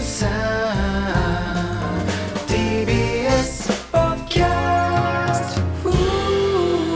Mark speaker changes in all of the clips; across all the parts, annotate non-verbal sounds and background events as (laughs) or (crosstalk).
Speaker 1: さ TBS ポッキャスト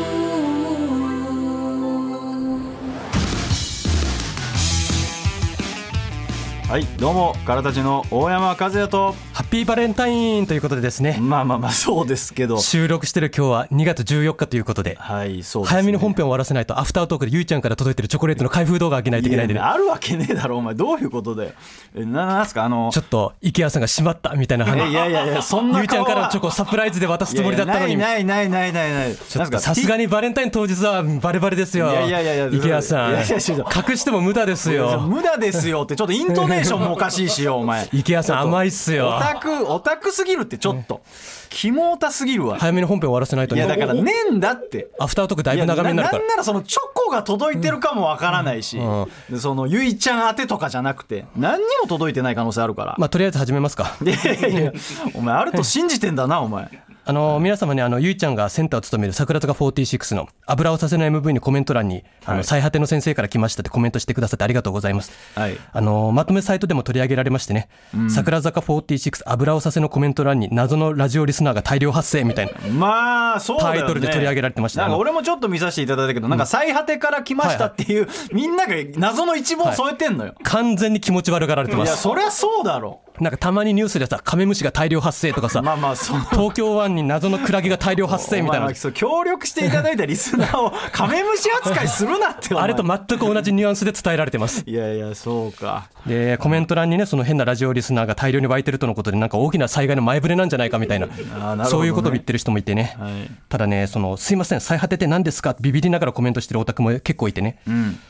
Speaker 2: はいどうもからたちの大山和也と
Speaker 3: ハッピーバレンタインということでですね、
Speaker 2: まあまあまあそうですけど
Speaker 3: 収録してる今日は2月14日ということで、
Speaker 2: はいそうですね
Speaker 3: 早めに本編を終わらせないと、アフタートークでゆいちゃんから届いてるチョコレートの開封動画あげないといけないん
Speaker 2: い
Speaker 3: でね
Speaker 2: や、あるわけねえだろお前どういうことだよえななんすかあの
Speaker 3: ちょっと池谷さんがしまったみたいな話、
Speaker 2: いやいやいやそんな顔は
Speaker 3: ゆいちゃんからのチョコをサプライズで渡すつもりだったのに、
Speaker 2: いやいやないないないないない
Speaker 3: ちょっとさすが
Speaker 2: に
Speaker 3: にバレンタイン当日はバレバレですよ、
Speaker 2: いやいやいやいや
Speaker 3: 池谷さん、
Speaker 2: いやいやいや
Speaker 3: 隠しても無駄ですよ、
Speaker 2: 無駄ですよってちょっとイントネーションもおかしいしよお前
Speaker 3: (laughs) 池谷さん、甘いっすよ
Speaker 2: オ、タクオタクすぎるってちょっとキモオタすぎるわ
Speaker 3: 早めに本編終わらせないと
Speaker 2: い
Speaker 3: ね、
Speaker 2: やだからねえんだって
Speaker 3: アフタートークだいぶ長めになるから
Speaker 2: いや。んならそのチョコが届いてるかもわからないし、
Speaker 3: んうん
Speaker 2: でそのゆいちゃん宛てとかじゃなくて何にも届いてない可能性あるから、
Speaker 3: まあ、とりあえず始めますか。
Speaker 2: いやいやいやお前あると信じてんだなお前
Speaker 3: あの皆様ねあのゆいちゃんがセンターを務める桜坂46の「油をさせない MV」のコメント欄に「あ
Speaker 2: は
Speaker 3: の
Speaker 2: い
Speaker 3: 最果ての先生から来ました」ってコメントしてくださってありがとうございます、
Speaker 2: はい
Speaker 3: あのまとめサイトでも取り上げられましてね、桜坂46油をさせのコメント欄に謎のラジオリスナーが大量発生みたいな
Speaker 2: まあそうだよ、ね、
Speaker 3: タイトルで取り上げられてましたね
Speaker 2: なんか俺もちょっと見させていただいたけど、なんか最果てから来ましたっていう、みんなが謎の一文添えてんのよ、
Speaker 3: 完全に気持ち悪がられて
Speaker 2: い、
Speaker 3: ま
Speaker 2: や
Speaker 3: す
Speaker 2: そりゃそうだろ
Speaker 3: なんかたまにニュースでさカメムシが大量発生とかさ、
Speaker 2: まあまあそう
Speaker 3: 東京湾に謎のクラゲが大量発生みた
Speaker 2: お前
Speaker 3: いな
Speaker 2: はそう協力していただいたリスナーをカメムシ扱いするなってお前
Speaker 3: あれと全く同じニュアンスで伝えられてます
Speaker 2: いやいやそうか
Speaker 3: でコメント欄にねその変なラジオリスナーが大量に湧いてるとのことでなんか大きな災害の前触れなんじゃないかみたいな
Speaker 2: ほどね
Speaker 3: そういうことを言ってる人もいてね、
Speaker 2: はい
Speaker 3: ただねその「すいません最果てって何ですか?」ってビビりながらコメントしてるオタクも結構いてね、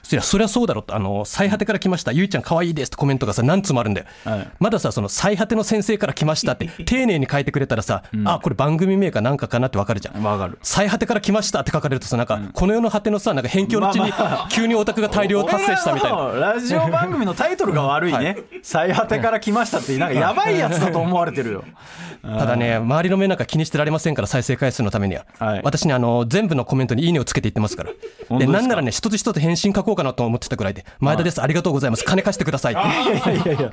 Speaker 3: そりゃそりゃそうだろってあの「最果てから来ましたゆいちゃん可愛いです」ってコメントがさ何つもあるんだよ、
Speaker 2: はい
Speaker 3: まださその「最果ての先生から来ました」って丁寧に書いてくれたらさ、あこれ番組名かなんかかなってわかるじゃん
Speaker 2: わかる
Speaker 3: 最果てから来ましたって書かれるとさなんか、この世の果てのさなんか辺境の地に
Speaker 2: まあま
Speaker 3: 急にオタクが大量達成したみたいな
Speaker 2: 俺らのラジオ番組のタイトルが悪いね、最果てから来ましたってなんかやばいやつだと思われてる
Speaker 3: (laughs)
Speaker 2: よ
Speaker 3: ただね、周りの目なんか気にしてられませんから、再生回数のためには。
Speaker 2: はい
Speaker 3: 私ね、あの、全部のコメントにいいねをつけていってますから。
Speaker 2: 本当で
Speaker 3: です
Speaker 2: か
Speaker 3: なんならね、一つ一つ返信書こうかなと思ってたぐらいで、前田です、ありがとうございます、金貸してくださいって。
Speaker 2: いやいやいや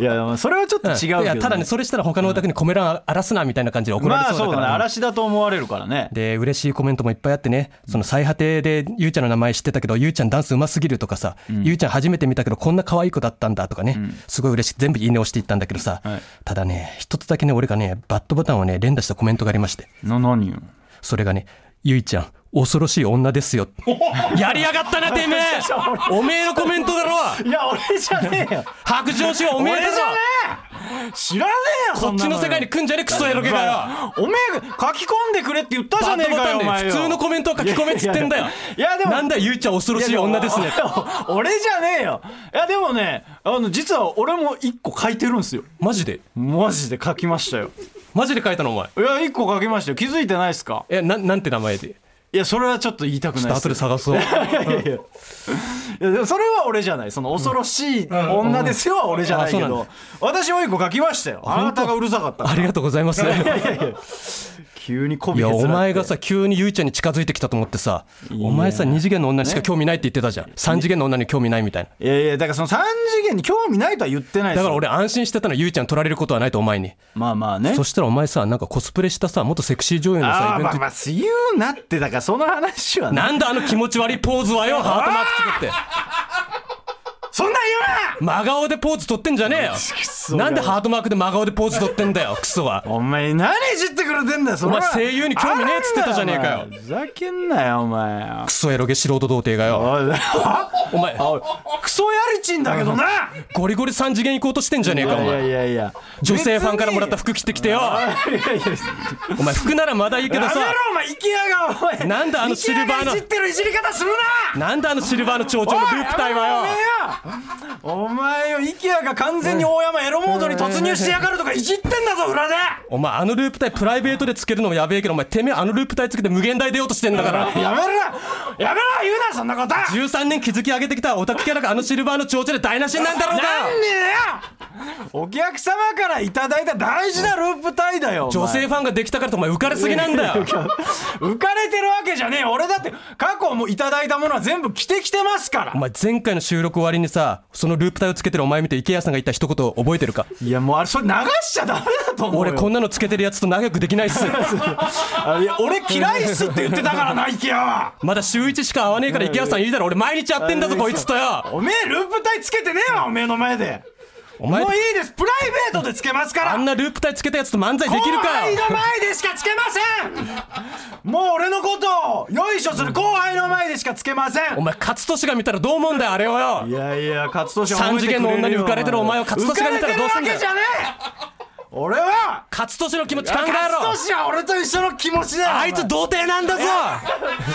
Speaker 2: いやいやそれはちょっと違うけど、
Speaker 3: いやただね、それしたら他のお宅にコメ欄荒らすなみたいな感じで怒られ
Speaker 2: まあ
Speaker 3: そう
Speaker 2: そう
Speaker 3: だ
Speaker 2: だね
Speaker 3: から。
Speaker 2: 嵐だと思われるからね
Speaker 3: で嬉しいコメントもいっぱいあってね、その最果てでゆうちゃんの名前知ってたけど、ゆうちゃんダンスうますぎるとかさ、ゆうちゃん初めて見たけど、こんな可愛い子だったんだとかね、すごい嬉しい、全部いいね押していったんだけどさ、
Speaker 2: はい
Speaker 3: ただね、一つだけね、俺がね、バットボタンをね、連打したコメントがありまして、
Speaker 2: な何よ
Speaker 3: それがね、ゆいちゃん、恐ろしい女です (laughs) よ。やりやがったな、て (laughs) めえおめえのコメントだろ
Speaker 2: いや俺じゃねえよ
Speaker 3: 白状しよう、おめえ
Speaker 2: 俺
Speaker 3: だ
Speaker 2: じゃ
Speaker 3: ろ
Speaker 2: ねえ知らねえよ
Speaker 3: こ
Speaker 2: そん
Speaker 3: っ
Speaker 2: な
Speaker 3: ち
Speaker 2: よ
Speaker 3: の世界に来んじゃねえクソ野郎がよ
Speaker 2: おめえ書き込んでくれって言ったじゃ
Speaker 3: バッ
Speaker 2: ね
Speaker 3: ト
Speaker 2: え
Speaker 3: ボ
Speaker 2: か
Speaker 3: タ
Speaker 2: よ
Speaker 3: ン
Speaker 2: お
Speaker 3: で
Speaker 2: 前よ
Speaker 3: 普通のコメントを書き込めっつってんだよ。
Speaker 2: いやいやいやでも
Speaker 3: なんだゆいちゃん恐ろしい女ですね。
Speaker 2: お俺じゃねえよいやでもねあの実は俺も一個書いてるんですよ
Speaker 3: マジで
Speaker 2: マジで書きましたよ
Speaker 3: マジで書いたのお前。
Speaker 2: いや一個書きましたよ気づいてないですか
Speaker 3: え、なん、なんて名前で。
Speaker 2: いやそれはちょっと言いたくないっ
Speaker 3: 後
Speaker 2: す
Speaker 3: で探 (laughs) そう。
Speaker 2: いやいやいやいやでもそれは俺じゃないその恐ろしい女ですよは俺じゃないけ
Speaker 3: あそうな
Speaker 2: ど
Speaker 3: ん
Speaker 2: 私も一個書きましたよあなたがうるさかった
Speaker 3: ありがとうございます。
Speaker 2: 急に媚
Speaker 3: い
Speaker 2: び
Speaker 3: や、
Speaker 2: へつらって
Speaker 3: お前がさ、急にゆいちゃんに近づいてきたと思ってさ、お前さ、二次元の女にしか興味ないって言ってたじゃん。三次元の女に興味ないみたいな。
Speaker 2: いやいやだからその3次元に興味ないとは言ってないです
Speaker 3: だ
Speaker 2: よ
Speaker 3: から俺安心してたのゆうちゃん取られることはないとお前に
Speaker 2: まあまあね
Speaker 3: そしたらお前さなんかコスプレしたさ元セクシー女優のさ
Speaker 2: ああ
Speaker 3: イベン
Speaker 2: ま
Speaker 3: ト
Speaker 2: あまあ言うなってだからその話はね
Speaker 3: なんだあの気持ち悪いポーズはよハートマーク
Speaker 2: (laughs)
Speaker 3: 作って
Speaker 2: そんなん言
Speaker 3: 真顔でポーズ取ってんじゃねえ
Speaker 2: ソ
Speaker 3: よ
Speaker 2: が
Speaker 3: なんでハートマークで真顔でポーズ取ってん
Speaker 2: (laughs)
Speaker 3: だよクソは
Speaker 2: うなお前何いじってくれてんだよそれは
Speaker 3: お前声優に興味ねえっつってたじゃねえかよ
Speaker 2: あらんだお前ふざけんなよお前
Speaker 3: クソエロゲ素人童貞がよ
Speaker 2: おい
Speaker 3: お前
Speaker 2: おいクソやりちんだけどな
Speaker 3: ゴリゴリ三次元行こうとしてんじゃねえ
Speaker 2: い
Speaker 3: かお
Speaker 2: や
Speaker 3: 前
Speaker 2: いやいや
Speaker 3: 女性ファンからもらった
Speaker 2: 服
Speaker 3: 服着てきてよ
Speaker 2: いやいや
Speaker 3: お前服ならまだいいけ
Speaker 2: や
Speaker 3: ど
Speaker 2: めろ
Speaker 3: さ
Speaker 2: お前 IKEA がお前
Speaker 3: なんだあのシルバー
Speaker 2: IKEA
Speaker 3: の
Speaker 2: がいじってるいじり方するな
Speaker 3: なんであのシルバーの蝶々のループ体はよ
Speaker 2: お前よお前よ IKEA が完全に大山エロモードに突入してやがるとかいじってんだぞ裏で
Speaker 3: お前あのループ体プライベートでつけるのもやべえけどお前てめえあのループ体つけて無限大出ようとしてんだから
Speaker 2: やめろやめろ言うなそんなこと
Speaker 3: 13年築き上げてきたオタクキャラがあのシルバーの蝶々で台無しになんだろう
Speaker 2: なん
Speaker 3: が
Speaker 2: でだよお客様からいただいた大事なループタイだよお前
Speaker 3: 女性ファンができたからとお前浮かれすぎなんだよ
Speaker 2: 浮かれてるわけじゃねえよ俺だって過去もいただいたものは全部着てきてますから
Speaker 3: お前前回の収録終わりにさそのループタイをつけてるお前見て池谷さんが言った一言覚えてるか
Speaker 2: いやもうあれそれ流しちゃダメだと思うよ
Speaker 3: 俺こんなのつけてるやつと長くできないっ (laughs) す
Speaker 2: あいや俺嫌いっすって言ってたからな IKEA は
Speaker 3: まだ週一しか会わねえから池谷さんいいだろ俺毎日会ってんだぞこいつとよ
Speaker 2: おめえループタイつけてねえわおめえの前で
Speaker 3: お前
Speaker 2: もういいですプライベートでつけますから
Speaker 3: あんなループタイつけたやつと漫才できる
Speaker 2: 後輩の
Speaker 3: か
Speaker 2: 前でしかつけませんもう俺のことをよいしょする後輩の前でしかつけませ
Speaker 3: お
Speaker 2: ん
Speaker 3: 前勝利が見たらどう思うんだよあれをよ
Speaker 2: いやいや勝利
Speaker 3: 三次元の女に浮かれてるお前を勝利が見たらどうすんだ
Speaker 2: 浮かれてるわ
Speaker 3: よ
Speaker 2: けじゃねえ俺は
Speaker 3: 勝利の気持ち考え
Speaker 2: 勝
Speaker 3: ろ
Speaker 2: 利は俺と一緒の気持 (laughs) ちだよ
Speaker 3: あいつ童貞なん (laughs) だぞ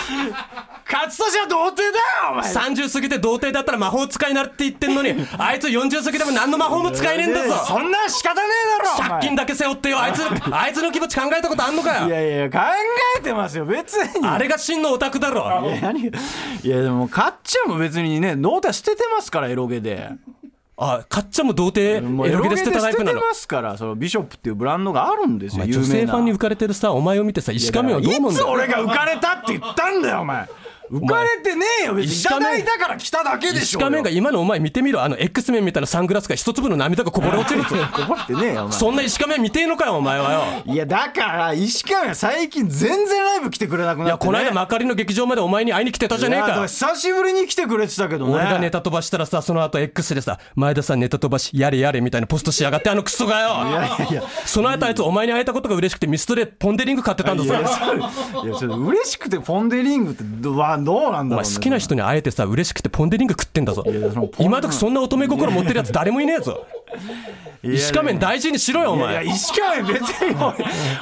Speaker 2: 勝利は童貞だよお前
Speaker 3: 30過ぎて童貞だったら魔法使いになるって言って
Speaker 2: (laughs)
Speaker 3: んのにあいつ40過ぎても何の魔法も使えねえんだぞ
Speaker 2: そんなん仕方ねえだろお前
Speaker 3: 借金だけ背負ってよあいつあいつの気持ち考えたことあんのか
Speaker 2: い
Speaker 3: よ
Speaker 2: やいや考えてますよ別に
Speaker 3: あれが真のオタクだろ
Speaker 2: 何いやでもかっちゃんも別にねノータ捨ててますからエロゲで
Speaker 3: あかっちゃんも童貞
Speaker 2: もう
Speaker 3: エロゲで捨てたタイプな
Speaker 2: エロゲで捨てて
Speaker 3: の
Speaker 2: ますからそのビショップっていうブランドがあるんです
Speaker 3: お
Speaker 2: よ
Speaker 3: 前
Speaker 2: 有
Speaker 3: 女性
Speaker 2: 名
Speaker 3: フ
Speaker 2: な
Speaker 3: ァンに浮かれてるさお前を見てさ石亀はいどう
Speaker 2: や
Speaker 3: 思うんだ
Speaker 2: つ
Speaker 3: よ
Speaker 2: 俺が浮かれたって言ったんだよお前浮かれてねえよ別にい
Speaker 3: 石
Speaker 2: た
Speaker 3: 亀
Speaker 2: だいたから来ただけでし
Speaker 3: 石
Speaker 2: ょ
Speaker 3: 亀が
Speaker 2: い
Speaker 3: 今のお前見てみろあの X メンみたいなサングラスが一粒の涙がこぼれ落
Speaker 2: (laughs)
Speaker 3: ちるぞ
Speaker 2: こぼれてねえよお前
Speaker 3: (laughs) そんな石亀見てえのかよお前はよ
Speaker 2: いやだから石川は最近全然ライブ来てくれなく
Speaker 3: い
Speaker 2: な
Speaker 3: や
Speaker 2: って、
Speaker 3: こ
Speaker 2: ね、
Speaker 3: の間まかりの劇場までお前に会いに来てたじゃねえ
Speaker 2: いやだ
Speaker 3: か
Speaker 2: ら久しぶりに来てくれてたけどね
Speaker 3: 俺がネタ飛ばしたらさその後 X でさ前田さんネタ飛ばしやれやれみたいなポストしやがってあのクソが
Speaker 2: いやいやい
Speaker 3: (laughs) よ
Speaker 2: や
Speaker 3: その後あいつお前に会えたことが嬉しくてミストでポンデリング買ってたんだ
Speaker 2: いや
Speaker 3: ぞ
Speaker 2: それいやそれ嬉しくてポン・デ・リングってどわどうなんだ
Speaker 3: お
Speaker 2: ろう、
Speaker 3: 前
Speaker 2: ね、
Speaker 3: 好きな人に会えてさ嬉しくてポンデリング食ってんだぞ
Speaker 2: いやそのポン
Speaker 3: 今時そんな乙女心持ってるやつ誰もいねえぞ石仮面大事にしろよお
Speaker 2: いや
Speaker 3: 前
Speaker 2: いや石川別に
Speaker 3: (laughs)
Speaker 2: お前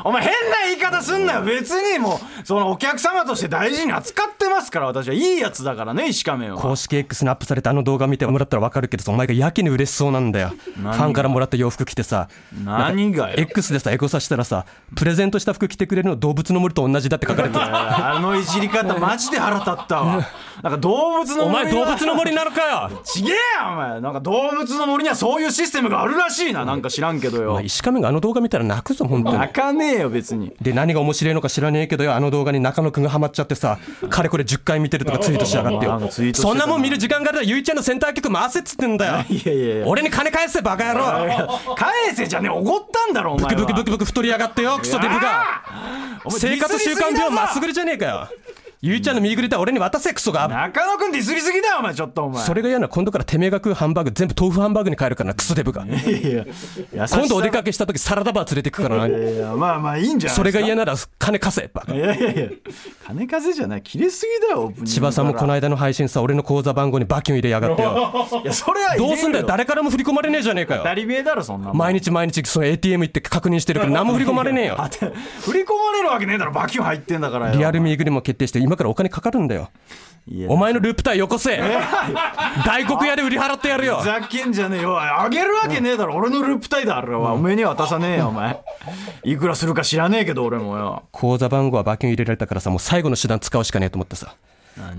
Speaker 2: お前変な言い方すんなよ別にもうそのお客様として大事に扱ってますから私はいいやつだからね石仮面は
Speaker 3: 公式 X にアップされたあの動画見てもらったら分かるけどさお前がやけに嬉しそうなんだよファンからもらった洋服着てさ
Speaker 2: 何がよ
Speaker 3: X でさエゴサしたらさプレゼントした服着てくれるの動物の森と同じだって書かれてた
Speaker 2: あのいじり方マジで腹立ったわなんか動物の森
Speaker 3: お
Speaker 2: は
Speaker 3: 前動物の森なのかよ
Speaker 2: ちげえよお前なんか動物の森にはそういうシステムがあるらしいななんか知らんけど
Speaker 3: ま
Speaker 2: よ
Speaker 3: あ (laughs) 石亀があの動画見たら泣くぞ本当に
Speaker 2: 泣かねえよ別に
Speaker 3: で何が面白いのか知らねえけどよあの動画に中野くんがハマっちゃってさかれこれ10回見てるとかツイートしやがって
Speaker 2: なんかツイー
Speaker 3: よ
Speaker 2: トしてた
Speaker 3: そ
Speaker 2: なん
Speaker 3: なもん見る時間があるならゆいちゃんのセンター曲回せっつってんだよ
Speaker 2: いやいやいや
Speaker 3: 俺に金返せバカ野郎
Speaker 2: 返せじゃねえおごったんだろお前
Speaker 3: ブ
Speaker 2: は
Speaker 3: クブクブクブク太りやがってよクソデブが
Speaker 2: あーお前
Speaker 3: 生活習慣
Speaker 2: ディスりすぎだぞ
Speaker 3: 病まっすぐりじゃねえかよゆいちゃんの右ぐりだ俺に渡せクソが
Speaker 2: 中野くんディスりすぎだよお前ちょっとお前
Speaker 3: それが嫌なら今度からてめえが食うハンバーグ全部豆腐ハンバーグに変えるからなクソデブが
Speaker 2: いやいや優しさ
Speaker 3: 今度お出かけした時サラダバー連れてくから
Speaker 2: い
Speaker 3: な
Speaker 2: やいやまあまあいいんじゃない
Speaker 3: それが
Speaker 2: い
Speaker 3: 嫌なら金貸せバカ
Speaker 2: やいやいや金風じゃない切れすぎだよオープニング
Speaker 3: 千葉さんもこの間の配信さ俺の口座番号にバキュン (laughs) 入れやがってよ
Speaker 2: いやそれは入れる
Speaker 3: どうすんだよ誰からも振り込まれねえじゃねえか
Speaker 2: 当た
Speaker 3: よ
Speaker 2: り前だろそんなもん
Speaker 3: 毎日毎日その ATM 行って確認してるから何も振り込まれねえよ
Speaker 2: あて振り込まれるわけねえだろバキュン入ってんだからよ
Speaker 3: リアルミーグリも決定して今からお金かかるんだよ
Speaker 2: いや
Speaker 3: お前のループタイよこせ (laughs) 大黒屋で売り払ってやるよ
Speaker 2: ふざけんじゃねえよあげるわけねえだろ俺のループタイだろおめえには渡さねえよお前いくらするか知らねえけど俺もよ
Speaker 3: 口座番号はバキュン入れられたからさもう最後の手段使うしかねえと思ってさ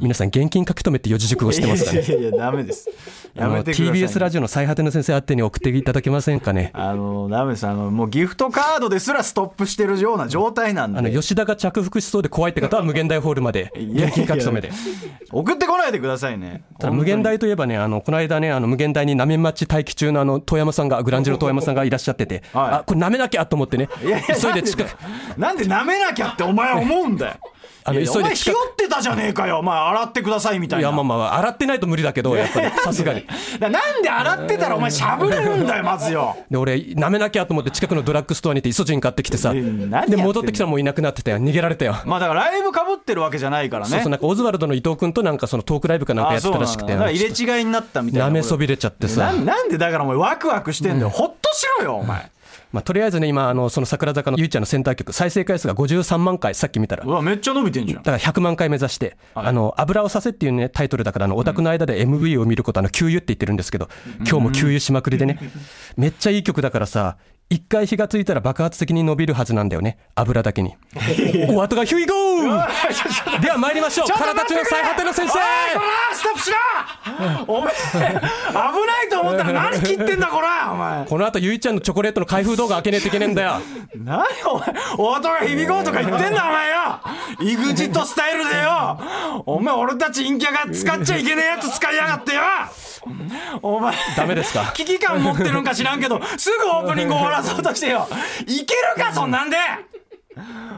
Speaker 3: 皆さん現金書き留めって四字熟語してますか
Speaker 2: い
Speaker 3: (laughs) ね
Speaker 2: やいやいやダメです
Speaker 3: あ
Speaker 2: や
Speaker 3: の
Speaker 2: めてください、
Speaker 3: TBS ラジオの最果ての先生宛てに送っていただけませんかね
Speaker 2: あのダメですあのもうギフトカードですらストップしてるような状態なん
Speaker 3: あの
Speaker 2: で
Speaker 3: 吉田が着服しそうで怖いって方は無限大ホールまで
Speaker 2: いや
Speaker 3: 現金書き留めで
Speaker 2: 送ってこないでくださいね
Speaker 3: ただ無限大といえばね、あのこの間ね、あの無限大になめ待ち待機中のあの遠山さんが、グランジの遠山さんがいらっしゃってて、
Speaker 2: はい
Speaker 3: あこれ、なめなきゃと思ってね、
Speaker 2: いやいや
Speaker 3: 急いで近く、
Speaker 2: なんで舐めなきゃってお前は思うんだよ
Speaker 3: あの
Speaker 2: いやお
Speaker 3: 急いで
Speaker 2: 前ひ
Speaker 3: 近
Speaker 2: よ
Speaker 3: く
Speaker 2: ってたじゃねえかよお前洗ってくださいみたい
Speaker 3: い
Speaker 2: な
Speaker 3: や、まあまあ、洗ってないと無理だけど、やっぱり、さすがに。
Speaker 2: だなんで洗ってたらお前しゃぶれるんだよまずよ
Speaker 3: で、俺、なめなきゃと思って、近くのドラッグストアに行って、イソジン買ってきてさ、
Speaker 2: え何やってん
Speaker 3: で、
Speaker 2: の
Speaker 3: 戻ってきたらもういなくなってたよ、逃げられたよ。
Speaker 2: まあだからライブかぶってるわけじゃないからね
Speaker 3: そうそう、なんかオズワルドの伊藤君となんかそのトークライブかなんかや
Speaker 2: あ
Speaker 3: って
Speaker 2: そう
Speaker 3: た
Speaker 2: なん
Speaker 3: ら
Speaker 2: だ
Speaker 3: しく
Speaker 2: だ
Speaker 3: て、
Speaker 2: から入れ違いになったみたいな
Speaker 3: なめそびれちゃってさ
Speaker 2: な。なんでだからお前ワクワクしてんだよ、ほっとしろよお前
Speaker 3: まあ、とりあえずね、今、あのその桜坂のゆいちゃんのセンター曲、再生回数が53万回、さっき見たら
Speaker 2: う。わめっちゃ伸びてんじゃん
Speaker 3: だから100万回目指して、あの、油をさせっていうね、タイトルだから、あの、オタクの間で MV を見ること、あの、給油って言ってるんですけど、今日も給油しまくりでね、めっちゃいい曲だからさ、一回火がついたら爆発的に伸びるはずなんだよね。油だ
Speaker 2: (laughs)
Speaker 3: けに。お後がヒュイゴーでは参りましょう。
Speaker 2: ちょっと
Speaker 3: 空
Speaker 2: 待
Speaker 3: た
Speaker 2: っ
Speaker 3: ち
Speaker 2: てく
Speaker 3: の
Speaker 2: れ
Speaker 3: 最果ての先生
Speaker 2: おいこらストップしろお前危ないと思ったら何切ってんだこらお前
Speaker 3: この後、ゆいちゃんのチョコレートの開封動画開けねえといけねえんだよ。
Speaker 2: 何お前音が響こうとか言ってんだお前よイグジットスタイルでよお前俺たち陰キャが使っちゃいけねえやつ使いやがってよお前
Speaker 3: ダメですか
Speaker 2: 危機感持ってるんか知らんけどすぐオープニング終わらそうとしてよいけるかそんなんで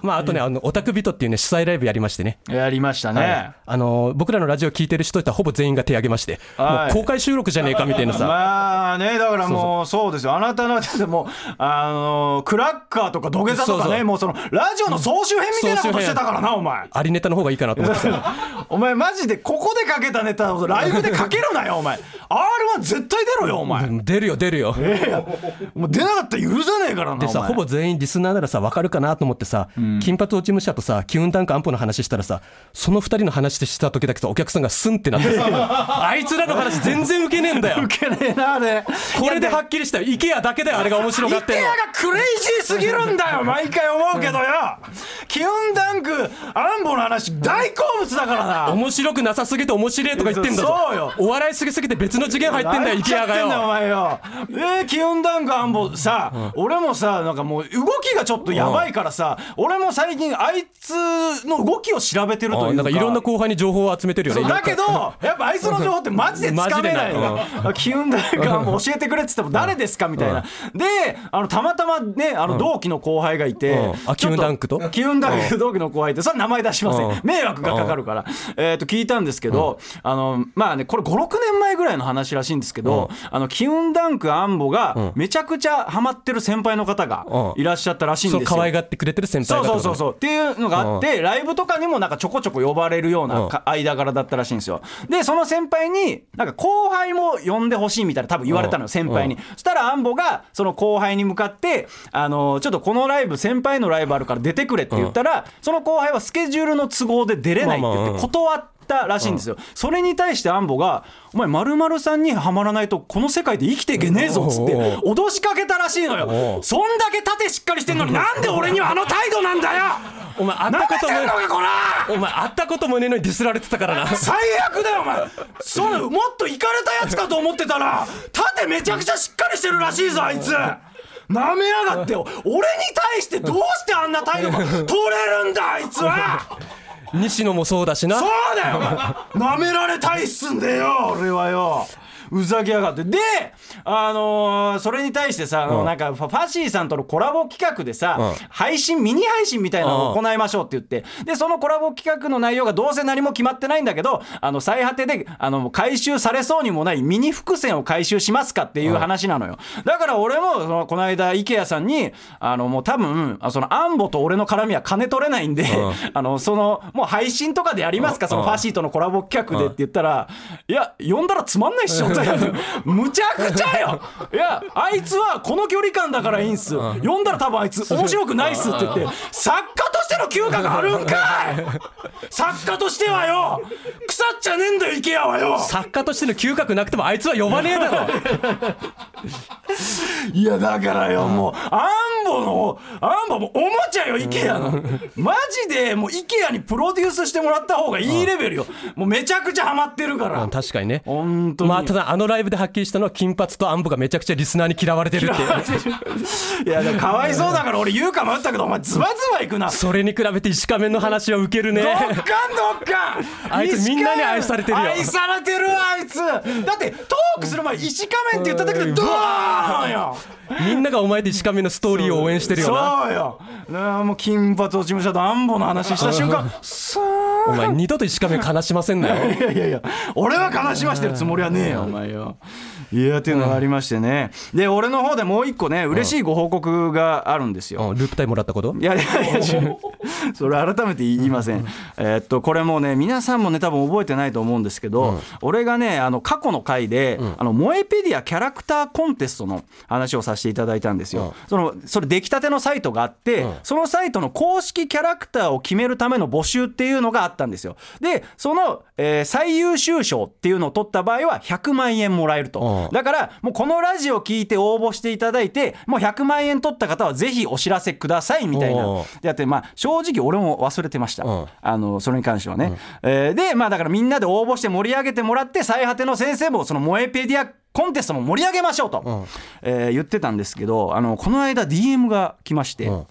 Speaker 3: まあ、あとね、あの、オタクビトっていうね、主催ライブやりましてね。
Speaker 2: やりました
Speaker 3: はいあの、僕らのラジオ聞いてる人たちはほぼ全員が手挙げまして、も
Speaker 2: はいう
Speaker 3: 公開収録じゃねえかみたいなさ。
Speaker 2: まあねだからもうそうですよあなたのだってもうあのクラッカーとか土下座とかね
Speaker 3: そうそう
Speaker 2: もうそのラジオの総集編みたいなことしてたからなお前
Speaker 3: ありネタの方がいいかなと思ってさ。
Speaker 2: (laughs) お前マジでここでかけたネタをライブでかけるなよお前 R1 絶対出ろよお前
Speaker 3: 出るよ、出るよ。
Speaker 2: もう出なかったら許さねえからな
Speaker 3: で
Speaker 2: お
Speaker 3: さ
Speaker 2: 前
Speaker 3: ほぼ全員リスナーならさ分かるかなと思ってさ、金髪落ち武者とさ機運ダンク安保の話したらさその2人の話した時だけさお客さんがスンってなって
Speaker 2: (laughs)
Speaker 3: さあいつらの話全然ウケねえんだよ
Speaker 2: 受けねえなあれ
Speaker 3: これではっきりしたよ IKEA だけだよあれが面白がっ
Speaker 2: IKEA
Speaker 3: てんの
Speaker 2: がクレイジーすぎるんだよ毎回思うけどよキュンダンクアンボの話大好物だからな
Speaker 3: 面白くなさすぎて面白いとか言ってんだぞ
Speaker 2: そうよ
Speaker 3: お笑いすぎすぎて別の次元入ってんだ
Speaker 2: 何
Speaker 3: よ
Speaker 2: や
Speaker 3: IKEA
Speaker 2: っ
Speaker 3: が
Speaker 2: てんだよお
Speaker 3: よ
Speaker 2: 前よえー、気温ダンクアンボさ、俺もさなんかもう動きがちょっとやばいからさ、俺も最近あいつの動きを調べてるという
Speaker 3: うん
Speaker 2: か
Speaker 3: なんかいろんな後輩に情報を集めてるよ
Speaker 2: そ
Speaker 3: ね
Speaker 2: うだけどやっぱあいつの情報ってマジでつかめない
Speaker 3: うんマ
Speaker 2: の機運大がもう教えてくれっつっても誰ですかみたいなであのたまたまねあの同期の後輩がいて
Speaker 3: うんあ機運ダンクと
Speaker 2: 機運ダンク同期の後輩ってそれ名前出しませ
Speaker 3: うん
Speaker 2: ん迷惑がかかるからえっと聞いたんですけどあのまあねこれ56年前ぐらいの話らしいんですけどあの機運ダンクアンボがめちゃくちゃハマってる先輩の方が
Speaker 3: うん
Speaker 2: いらっしゃったらしいん
Speaker 3: そ
Speaker 2: で
Speaker 3: う
Speaker 2: すよ
Speaker 3: 可愛がってくれてる先
Speaker 2: そう
Speaker 3: 輩
Speaker 2: そう
Speaker 3: が
Speaker 2: そうそうっていうのがあって、ライブとかにもなんかちょこちょこ呼ばれるよう
Speaker 3: う
Speaker 2: なんか間柄だったらしいんですよでその先輩になんか後輩も呼んでほしいみたいな多分言われたの
Speaker 3: うん
Speaker 2: よ先輩にそしたらアンボがその後輩に向かってあのちょっとこのライブ先輩のライブあるから出てくれって言ったらその後輩はスケジュールの都合で出れないって
Speaker 3: まあ
Speaker 2: 言
Speaker 3: ま
Speaker 2: っ
Speaker 3: あ
Speaker 2: て
Speaker 3: うん
Speaker 2: 断ったらしいんですよそれに対してアンボが「お前まるさんにはまらないとこの世界で生きていけねえぞ」っつって
Speaker 3: おうおう
Speaker 2: 脅しかけたらしいの
Speaker 3: お
Speaker 2: よ
Speaker 3: う
Speaker 2: そんだけ盾しっかりしてんのになんで俺にはあの態度なんだよ
Speaker 3: お前会っ
Speaker 2: なめ
Speaker 3: たこと
Speaker 2: てんの
Speaker 3: も
Speaker 2: かこら
Speaker 3: お前会ったこともねえのにディスられてたからな
Speaker 2: 最悪だよお前そのもっといかれたやつかと思ってたら盾めちゃくちゃしっかりしてるらしいぞあいつなめやがってよ俺に対してどうしてあんな態度が取れるんだあいつは
Speaker 3: 西野もそうだしな
Speaker 2: そうだよなめられたいっすんでよ俺はようざけやがってであのーそれに対してさ、あの
Speaker 3: うん
Speaker 2: なんかファファシーさんとのコラボ企画でさ、
Speaker 3: うん
Speaker 2: 配信ミニ配信みたいなのを行いましょうって言ってでそのコラボ企画の内容がどうせ何も決まってないんだけどあの最果てであの回収されそうにもないミニ伏線を回収しますかっていう話なのよ、だから俺もそのこの間 IKEA さんにあのもう多分あそのアンボと俺の絡みは金取れないんで、 (laughs) あのそのもう配信とかでやりますか、そのファシーとのコラボ企画でって言ったら、いや、呼んだらつまんないっしょ、 (laughs) むちゃくちゃよ、いや、あいつはこの距離感だからいいんす、呼んだら多分あいつ、面白くないっすって言って、作家としての休暇があるんか (laughs) い、作家としてはよ、腐っちゃねえんだよ、IKEA はよ。
Speaker 3: 作家としての嗅覚なくてもあいつは呼ばねえだろ
Speaker 2: いやだからよもうアンボのアンボもおもちゃよ IKEA のマジでもう IKEA にプロデュースしてもらった方がいいレベルよもうめちゃくちゃハマってるか
Speaker 3: うん
Speaker 2: ら
Speaker 3: (laughs) 確かにね
Speaker 2: 本当に
Speaker 3: まあただあのライブではっきりしたのは金髪とアンボがめちゃくちゃリスナーに嫌われてるっていう
Speaker 2: いやだからかわいそうだから俺言うか迷ったけどお前ズバズバいくなど
Speaker 3: それに比べて石仮面の話はウケるね
Speaker 2: っかんどっかん
Speaker 3: あいつ
Speaker 2: 石仮
Speaker 3: みんなに愛されてるよ
Speaker 2: 愛されてるあいつだってトークする前石仮面って言っただけでドーンよ
Speaker 3: みんながお前で石仮面のストーリーを応援してるよな
Speaker 2: そうよなあもう金髪落ち武者とアンボの話した瞬
Speaker 3: (laughs)
Speaker 2: 間さー
Speaker 3: お前二度と石仮面悲しませんな (laughs) よ
Speaker 2: いやいやいや俺は悲しましてるつもりはねえよお前よいやっていうのがありましてねで俺の方でもう一個ね嬉しいご報告があるんですよ
Speaker 3: うんループタイもらったこと
Speaker 2: いやいやいやそれ改めて言いません。えーっと、これもね、皆さんもね、多分覚えてないと思うんですけど、俺がね、あの、過去の回で、あの、萌えペディアキャラクターコンテストの話をさせていただいたんですよ。その、それ出来たてのサイトがあって、そのサイトの公式キャラクターを決めるための募集っていうのがあったんですよ。で、その、えー最優秀賞っていうのを取った場合は100万円もらえると。
Speaker 3: うん
Speaker 2: だから、もうこのラジオ聞いて応募していただいて、もう100万円取った方はぜひお知らせくださいみたいな
Speaker 3: おう。
Speaker 2: でやって、まあ、正直俺も忘れてました。
Speaker 3: うん
Speaker 2: あの、それに関してはね。えーで、まあ、だからみんなで応募して盛り上げてもらって、最果ての先生も、その萌えペディアコンテストも盛り上げましょうと、えー言ってたんですけど、あの、この間 DM が来まして、
Speaker 3: うん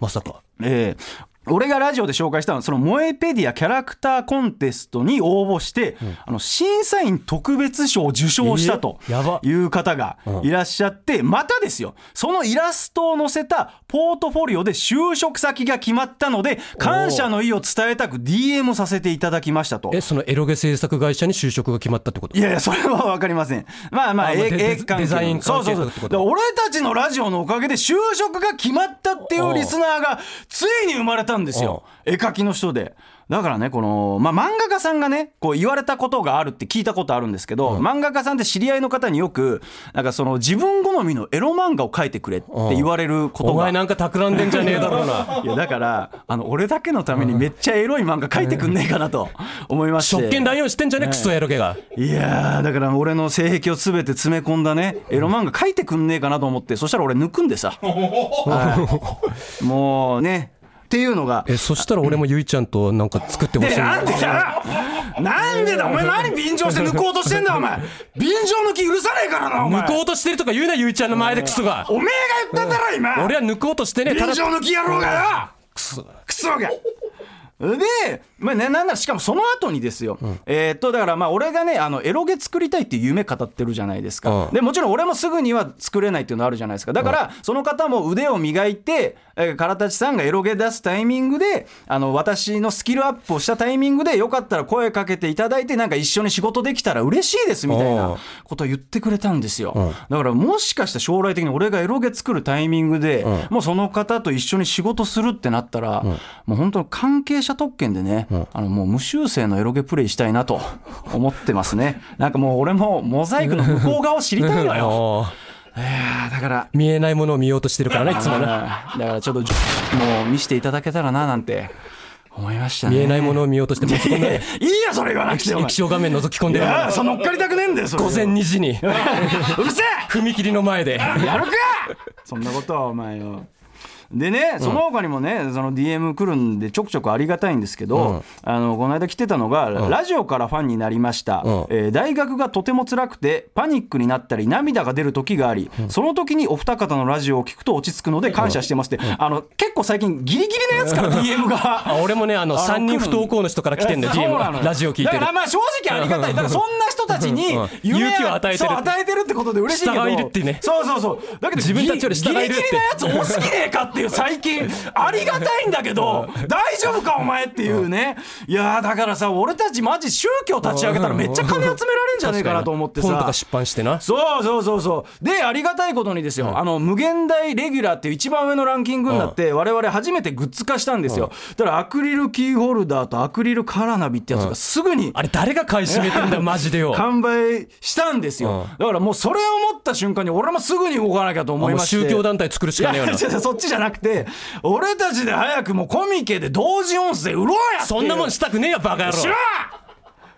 Speaker 3: まさか。
Speaker 2: えー俺がラジオで紹介したのはその萌えペディアキャラクターコンテストに応募して、あの審査員特別賞を受賞したと
Speaker 3: えやば
Speaker 2: いう方がいらっしゃって、またですよそのイラストを載せたポートフォリオで就職先が決まったので感謝の意を伝えたく DM をさせていただきましたと。
Speaker 3: え、そのエロゲ制作会社に就職が決まったってこと
Speaker 2: いやいや、それは分かりません。まあまあ、
Speaker 3: あまあ
Speaker 2: え
Speaker 3: デ
Speaker 2: え
Speaker 3: デ
Speaker 2: 関係
Speaker 3: デザイン関係
Speaker 2: そうそう
Speaker 3: とって
Speaker 2: そう。
Speaker 3: こと
Speaker 2: で俺たちのラジオのおかげで就職が決まったっていうリスナーがついに生まれたんですよ。絵描きの人で。だからね、この、まあ、漫画家さんがね、こう言われたことがあるって聞いたことあるんですけど、漫画家さんって知り合いの方によく、なんかその自分好みのエロ漫画を描いてくれって言われること
Speaker 3: お
Speaker 2: が
Speaker 3: 前なんか企んでんじゃねえだろう (laughs) な。
Speaker 2: いやだからあの俺だけのためにめっちゃエロい漫画描いてくんねえかなと思いまして
Speaker 3: 職権乱用してんじゃねえ、クソエロゲが。
Speaker 2: いやーだから俺の性癖を全て詰め込んだねエロ漫画書いてくんねえかなと思ってそしたら俺抜くんでさ、はいもうねっていうのが
Speaker 3: え、そしたら俺もゆいちゃんとなんか作ってほし
Speaker 2: で
Speaker 3: い
Speaker 2: な
Speaker 3: な。
Speaker 2: んでだなんでだお前何便乗して抜こうとしてんだお前便乗抜き許さねえからなお前
Speaker 3: 抜こうとしてるとか言うな、ゆいちゃんの前でクソが。
Speaker 2: おめえが言ったんだろ今
Speaker 3: 俺は抜こうとしてねえ、た
Speaker 2: 便
Speaker 3: だ
Speaker 2: 乗抜き野郎がよクソがで、まあね、なんならしかもその後にですよ、えーっとだからまあ俺がねあのエロゲ作りたいっていう夢語ってるじゃないですか、
Speaker 3: うん
Speaker 2: でもちろん俺もすぐには作れないっていうのあるじゃないですかだからその方も腕を磨いてえー唐立さんがエロゲ出すタイミングであの私のスキルアップをしたタイミングでよかったら声かけていただいてなんか一緒に仕事できたら嬉しいですみたい
Speaker 3: うん
Speaker 2: なことを言ってくれたんですよ、だからもしかしたら将来的に俺がエロゲ作るタイミングで、もうその方と一緒に仕事するってなったら、もう本当関係者特権でね、あのもう無修正のエロゲプレイしたいなと (laughs) 思ってますねなんかもう俺もモザイクの向こう側を知りたいのよ
Speaker 3: おー
Speaker 2: あーだから
Speaker 3: 見えないものを見ようとしてるからね、いつもな。
Speaker 2: あーだからちょっとじもう見せていただけたらななんて思いましたね
Speaker 3: 見えないものを見ようとして、もうそこ
Speaker 2: いやい
Speaker 3: ね
Speaker 2: やいいよそれ言わなくてお前
Speaker 3: 液晶画面覗き込ん
Speaker 2: い
Speaker 3: でる
Speaker 2: やその乗っかりたくねえんだよそれ
Speaker 3: 午前2時に
Speaker 2: (laughs) うるせえ
Speaker 3: 踏切の前
Speaker 2: (laughs)
Speaker 3: で
Speaker 2: やるかそんなことはお前よでね、その他にもね、その DM 来るんで、ちょくちょくありがたいんですけど、
Speaker 3: うん
Speaker 2: あのこの間来てたのが、ラジオからファンになりました、
Speaker 3: うん
Speaker 2: えー大学がとても辛くて、パニックになったり、涙が出る時があり、その時にお二方のラジオを聞くと落ち着くので、感謝してますって、あの結構最近、ギリギリのやつから DM
Speaker 3: (laughs)
Speaker 2: が。
Speaker 3: あ俺もねあの
Speaker 2: あの
Speaker 3: 3人不登校の人から来てんだよ DM がラジオ聞い
Speaker 2: だ
Speaker 3: てる
Speaker 2: からまあ正直ありがたいだからそんな人たちに
Speaker 3: うん
Speaker 2: 夢
Speaker 3: 勇気を与えてる
Speaker 2: そう与えてるってことで嬉しいけど
Speaker 3: 下がいるってね
Speaker 2: そうそうそうだけど
Speaker 3: 自分たちより下がいるって
Speaker 2: ギリギリなやつ多すぎねえかっていう最
Speaker 3: (laughs)
Speaker 2: 近ありがたいんだけど大丈夫かお前っていうねいやーだからさ俺たちマジ宗教立ち上げたらめっちゃ金集められるんじゃねえかなと思ってさ
Speaker 3: 本とか出版してな
Speaker 2: そうそうそうそうでありがたいことにですよ、あの無限大レギュラーっていう一番上のランキングになって、我々初めてグッズ化したんですよ、だからアクリルキーホルダーとアクリルカラナビってやつがすぐに
Speaker 3: あれ誰が買い占めてんだよマジでよ
Speaker 2: 完売したんですよ、
Speaker 3: うん
Speaker 2: だからもうそれを持った瞬間に俺もすぐに動かなきゃと思い
Speaker 3: もう
Speaker 2: まして
Speaker 3: 宗教団体作るしかねえよ
Speaker 2: い
Speaker 3: な
Speaker 2: や違う違うそっちじゃなくて俺たちで早くもうコミケで同時音声売ろうやっていう
Speaker 3: そんなもんしたくねえよバカ野
Speaker 2: 知
Speaker 3: 郎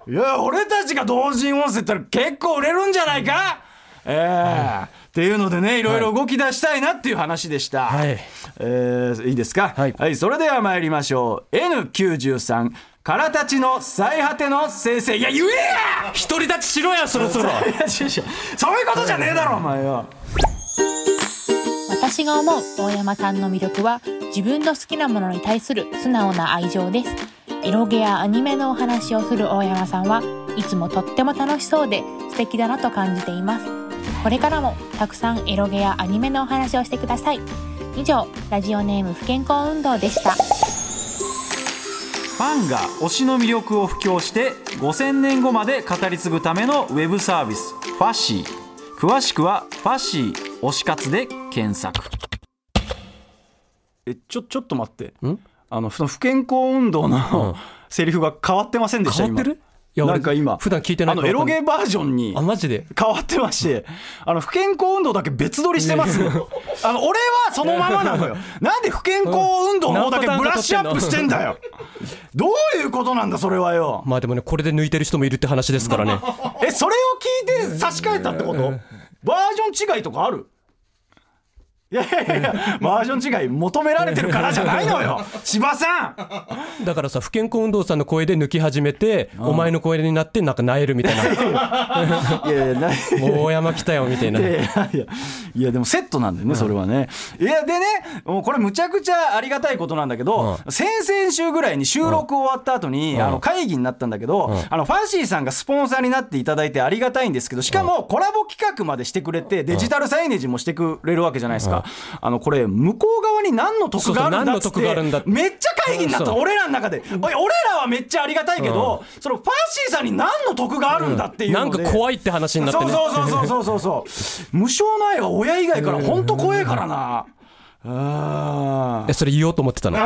Speaker 2: らんいや俺たちが同人音声ったら結構売れるんじゃないかええっていうのでねいろいろ動き出したいなっていう話でした、
Speaker 3: はい
Speaker 2: えーいいですか
Speaker 3: はい
Speaker 2: それでは参りましょう N93 からたちの最果ての先生いや言えや
Speaker 3: 独り立ちしろやそろそろ
Speaker 2: (laughs) いや違う違うそういうことじゃねえだろお前よ
Speaker 4: 私が思う大山さんの魅力は自分の好きなものに対する素直な愛情ですエロゲやアニメのお話をする大山さんはいつもとっても楽しそうで素敵だなと感じていますこれからもたくさんエロゲやアニメのお話をしてください以上ラジオネーム不健康運動でした
Speaker 2: ファンが推しの魅力を布教して5000年後まで語り継ぐためのウェブサービスファシー詳しくは「ファシー推し活」で検索えちょちょっと待って
Speaker 3: ん
Speaker 2: あのその不健康運動の、セリフが変わってませんでした
Speaker 3: 変わってるい
Speaker 2: 今
Speaker 3: や
Speaker 2: なんか今
Speaker 3: 俺普段聞いてない
Speaker 2: あの
Speaker 3: から
Speaker 2: エ
Speaker 3: わ
Speaker 2: ロ
Speaker 3: かんない
Speaker 2: ゲーバージョンに
Speaker 3: あマジで
Speaker 2: 変わってまして、あの不健康運動だけ別撮りしてますね。 (laughs) あの俺はそのままなの (laughs) よ。なんで不健康運動の方だけブラッシュアップしてんだよ。どういうことなんだそれはよ。
Speaker 3: まあでもねこれで抜いてる人もいるって話ですか
Speaker 2: (laughs)
Speaker 3: らね
Speaker 2: えそれを聞いて差し替えたってこと？バージョン違いとかある？いやいやいやバージョン違い求められてるからじゃないの (laughs) よ。千葉さん。
Speaker 3: だからさ不健康運動さんの声で抜き始めてお前の声になってなんか萎えるみたいない
Speaker 2: (laughs) やいやない。
Speaker 3: 「大山来たよ」みたいない
Speaker 2: やいやいやいやでもセットなんだよね、それはねいやでねもうこれむちゃくちゃありがたいことなんだけど、先々週ぐらいに収録終わった後に、あの会議になったんだけど、あのファンシーさんがスポンサーになっていただいてありがたいんですけどしかもコラボ企画までしてくれてデジタルサイネージもしてくれるわけじゃないですか、あのこれ向こう側に何の得があるんだっつっ
Speaker 3: そうそう何の得があるんだってて
Speaker 2: めっちゃ会議になった
Speaker 3: そう
Speaker 2: 俺らの中でおい俺らはめっちゃありがたいけど、そのファンシーさんに何の得があるんだっていう
Speaker 3: な
Speaker 2: の
Speaker 3: ん
Speaker 2: で、
Speaker 3: か怖いって話になってね
Speaker 2: そうそうそうそうそうそうそう無償の愛は親以外から本当怖えからなあ
Speaker 3: えそれ言おうと思ってたの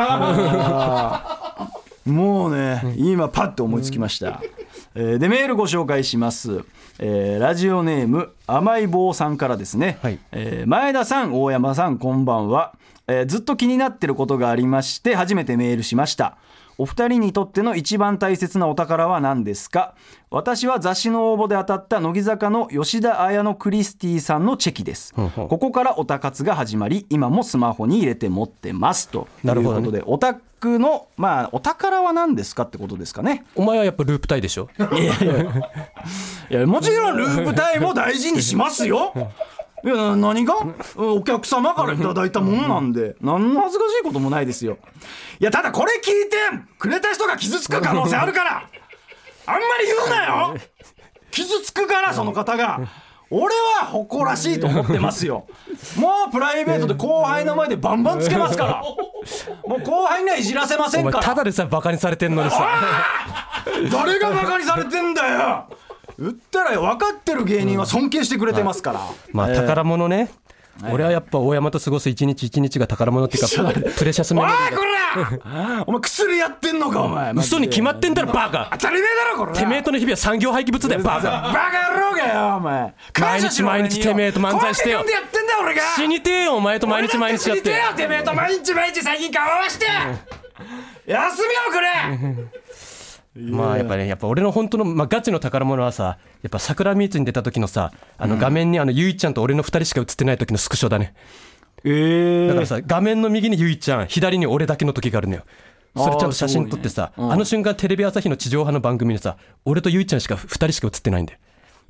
Speaker 2: ー (laughs) もうね今パッと思いつきました、えーでメールご紹介します、えーラジオネーム甘い坊さんからですね、
Speaker 3: はい
Speaker 2: えー前田さん大山さんこんばんは、えーずっと気になってることがありまして初めてメールしましたお二人にとっての一番大切なお宝は何ですか私は雑誌の応募で当たった乃木坂の吉田綾乃クリスティさんのチェキです、
Speaker 3: ほう
Speaker 2: ここからオタ活が始まり今もスマホに入れて持ってますと
Speaker 3: なるほ
Speaker 2: と
Speaker 3: ど
Speaker 2: い
Speaker 3: ね
Speaker 2: うことでオタクのまあお宝は何ですかってことですかね
Speaker 3: お前はやっぱループタイでしょ
Speaker 2: いやいやいやもちろんループタイも大事にしますよいや何がうんお客様からいただいたものなんで何の恥ずかしいこともないですよいやただこれ聞いてくれた人が傷つく可能性あるからあんまり言うなよ傷つくからその方が俺は誇らしいと思ってますよもうプライベートで後輩の前でバンバンつけますからもう後輩にはいじらせませ
Speaker 3: お
Speaker 2: ん
Speaker 3: 前
Speaker 2: から
Speaker 3: ただでさえバカにされてんのにさ
Speaker 2: (laughs) 誰がバカにされてんだよ言ったらよ分かってる芸人は尊敬してくれてますから、
Speaker 3: まあ宝物ね俺はやっぱ大山と過ごす一日一日が宝物って
Speaker 2: (laughs)
Speaker 3: いうかプレシャスメ
Speaker 2: お
Speaker 3: モリー
Speaker 2: (laughs) いこらお前薬やってんのかお前マジで
Speaker 3: 嘘に決まってんだろバカ
Speaker 2: 当たり前だろこれ
Speaker 3: てめえとの日々は産業廃棄物だよ
Speaker 2: バ
Speaker 3: バカ
Speaker 2: カ野郎かよお前感謝しろ
Speaker 3: 毎日
Speaker 2: 俺によ
Speaker 3: てめえと漫才してよ
Speaker 2: こうやって呼んでやってんだよ俺が
Speaker 3: 死にてえよお前と毎日毎日やっ
Speaker 2: 俺
Speaker 3: て
Speaker 2: だって死にてえよてめえと毎日毎日最近顔合わして休みをくれ
Speaker 3: まあやっぱねやっぱ俺の本当の、まあ、ガチの宝物はさやっぱ桜ミーツに出た時のさあの画面にあのゆいちゃんと俺の2人しか映ってない時のスクショだね
Speaker 2: え
Speaker 3: だからさ画面の右にゆいちゃん左に俺だけの時があるのよそれちゃんと写真撮ってさあ,、の瞬間テレビ朝日の地上波の番組でさ俺とゆいちゃんしか2人しか映ってないんだよ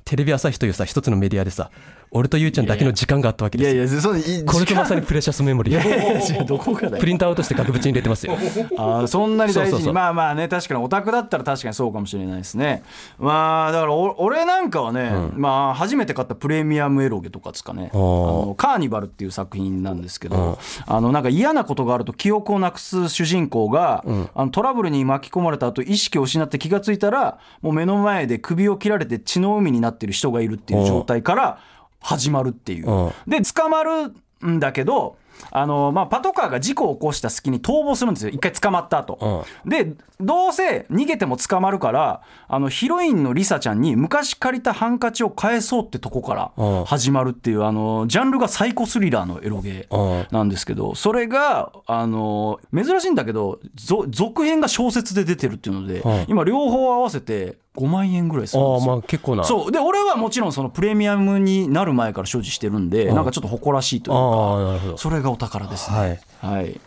Speaker 3: テレビ朝日というさ一つのメディアでさ俺とゆいちゃんだけの時間があったわけ
Speaker 2: い
Speaker 3: です
Speaker 2: や
Speaker 3: よ
Speaker 2: いやそう
Speaker 3: これとまさにプレシャスメモリー
Speaker 2: にどこかだよ
Speaker 3: プリントアウトして額縁に入れてますよ
Speaker 2: あーそんなに大事に
Speaker 3: そうそうそう
Speaker 2: まあまあね確かにオタクだったら確かにそうかもしれないですねまあだからお俺なんかはね、まあ初めて買ったプレミアムエロゲとかですかねあ
Speaker 3: ー
Speaker 2: のカーニバルっていう作品なんですけどあのなんか嫌なことがあると記憶をなくす主人公が、あのトラブルに巻き込まれた後意識を失って気がついたらもう目の前で首を切られて血の海になってる人がいるっていう状態から始まるっていう
Speaker 3: うん
Speaker 2: で捕まるんだけどあの、まあ、パトカーが事故を起こした隙に逃亡するんですよ一回捕まった後、でどうせ逃げても捕まるからあのヒロインのリサちゃんに昔借りたハンカチを返そうってとこか
Speaker 3: う
Speaker 2: ら
Speaker 3: ん
Speaker 2: 始まるっていうあのジャンルがサイコスリラーのエロゲ
Speaker 3: うん
Speaker 2: ーなんですけどそれがあの珍しいんだけどぞ続編が小説で出てるっていうので
Speaker 3: うん
Speaker 2: 今両方合わせて5万円ぐらいす
Speaker 3: あ
Speaker 2: るんで
Speaker 3: あ
Speaker 2: すよ
Speaker 3: まあ結構な
Speaker 2: そうで俺はもちろんそのプレミアムになる前から所持してるんで、なんかちょっと誇らしいというか
Speaker 3: ああなるほど
Speaker 2: それがお宝ですね
Speaker 3: はい
Speaker 2: はい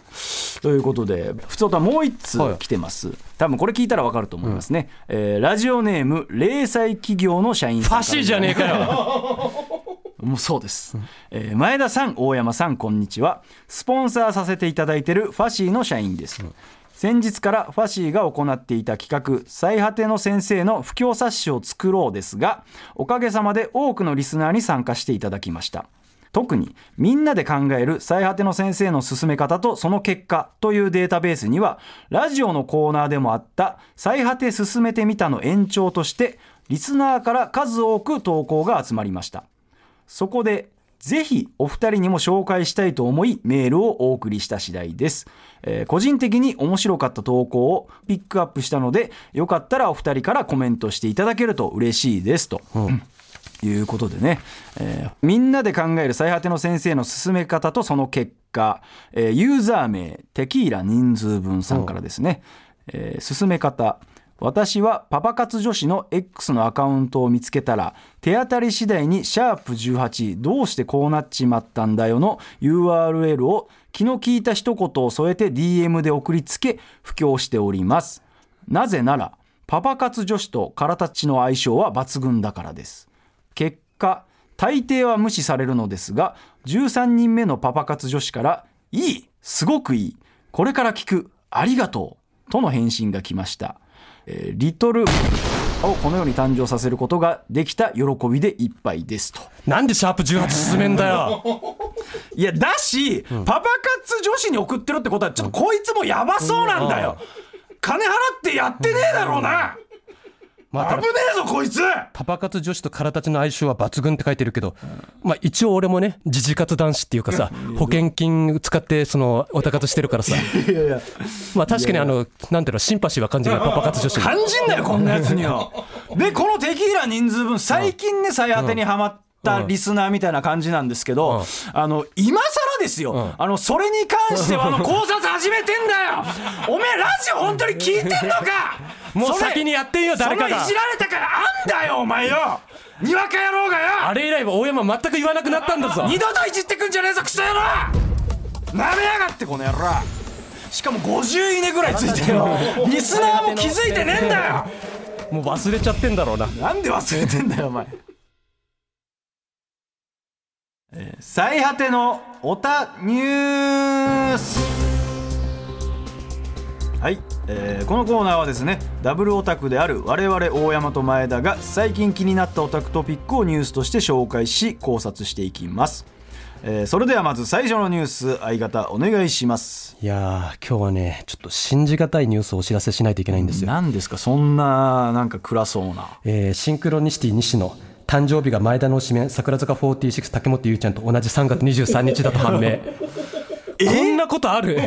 Speaker 2: ということで普通とはもう一通
Speaker 3: はい
Speaker 2: 来てます、多分これ聞いたらわかると思いますね、えーラジオネーム零細企業の社員
Speaker 3: フ
Speaker 2: さん
Speaker 3: ァシーじゃねえかよ
Speaker 2: もうそうです、えー前田さん大山さんこんにちはスポンサーさせていただいてるファシーの社員です、先日からファシーが行っていた企画「最果ての先生の布教冊子を作ろう」ですがおかげさまで多くのリスナーに参加していただきました特にみんなで考える最果ての先生の進め方とその結果というデータベースにはラジオのコーナーでもあった最果て進めてみたの延長としてリスナーから数多く投稿が集まりましたそこでぜひお二人にも紹介したいと思いメールをお送りした次第です、えー個人的に面白かった投稿をピックアップしたのでよかったらお二人からコメントしていただけると嬉しいですと、うんいうことでね、えーみんなで考える最果ての先生の進め方とその結果、えーユーザー名テキーラ人数分さんからですね、えー進め方私はパパ活女子の X のアカウントを見つけたら手当たり次第に「シャープ #18 どうしてこうなっちまったんだよ」の URL を気の利いた一言を添えて DM で送りつけ布教しておりますなぜならパパ活女子とカラタッチの相性は抜群だからです結果大抵は無視されるのですが13人目のパパ活女子から「いいすごくいいこれから聞くありがとう」との返信が来ました、えーリトルをこのように誕生させることができた喜びでいっぱいですと
Speaker 3: なんでシャープ18進めん
Speaker 2: (laughs)
Speaker 3: だよ
Speaker 2: いやだし、パパ活女子に送ってるってことはちょっとこいつもやばそうなんだよ、金払ってやってねえだろうな、
Speaker 3: ま
Speaker 2: 危
Speaker 3: た
Speaker 2: ねえぞこいつ
Speaker 3: パパ活女子と空立ちの相性は抜群って書いてるけど、まあ、一応俺もね自治活男子っていうかさ保険金使ってそのオタ活してるからさまあ確かにあのなんていうのシンパシーは感じないパパ活女子に
Speaker 2: 感じんなよこんなやつに
Speaker 3: (laughs)
Speaker 2: はでこのテキーラ人数分最近ね最果てにはまったリスナーみたいな感じなんですけど、あの今更ですよ、あのそれに関して
Speaker 3: (laughs)
Speaker 2: はあの考察始めてんだよおめえラジオ本当に聞いてんのか
Speaker 3: (laughs) もう
Speaker 2: それ
Speaker 3: 先にやってんよ誰か
Speaker 2: その
Speaker 3: が
Speaker 2: いじられたからあんだよお前よにわか野郎がよ
Speaker 3: あれ以来は大山全く言わなくなったんだぞ
Speaker 2: 二度といじってくんじゃねえぞクソ野郎なめやがってこの野郎しかも50いねぐらいついて
Speaker 3: (laughs)
Speaker 2: よリスナーも気づいてねえんだよ
Speaker 3: もう忘れちゃってんだろうな
Speaker 2: なんで忘れてんだよお前最果てのオタニュースはい、えーこのコーナーはですねダブルオタクである我々大山と前田が最近気になったオタクトピックをニュースとして紹介し考察していきます、えーそれではまず最初のニュース相方お願いします
Speaker 3: いやー今日はねちょっと信じがたいニュースをお知らせしないといけないんですよ
Speaker 2: 何ですかそんななんか暗そうな
Speaker 3: えーシンクロニシティ西野誕生日が前田の指名桜坂46竹本優ちゃんと同じ3月23日だと (laughs) 判明こんなことあ (laughs) る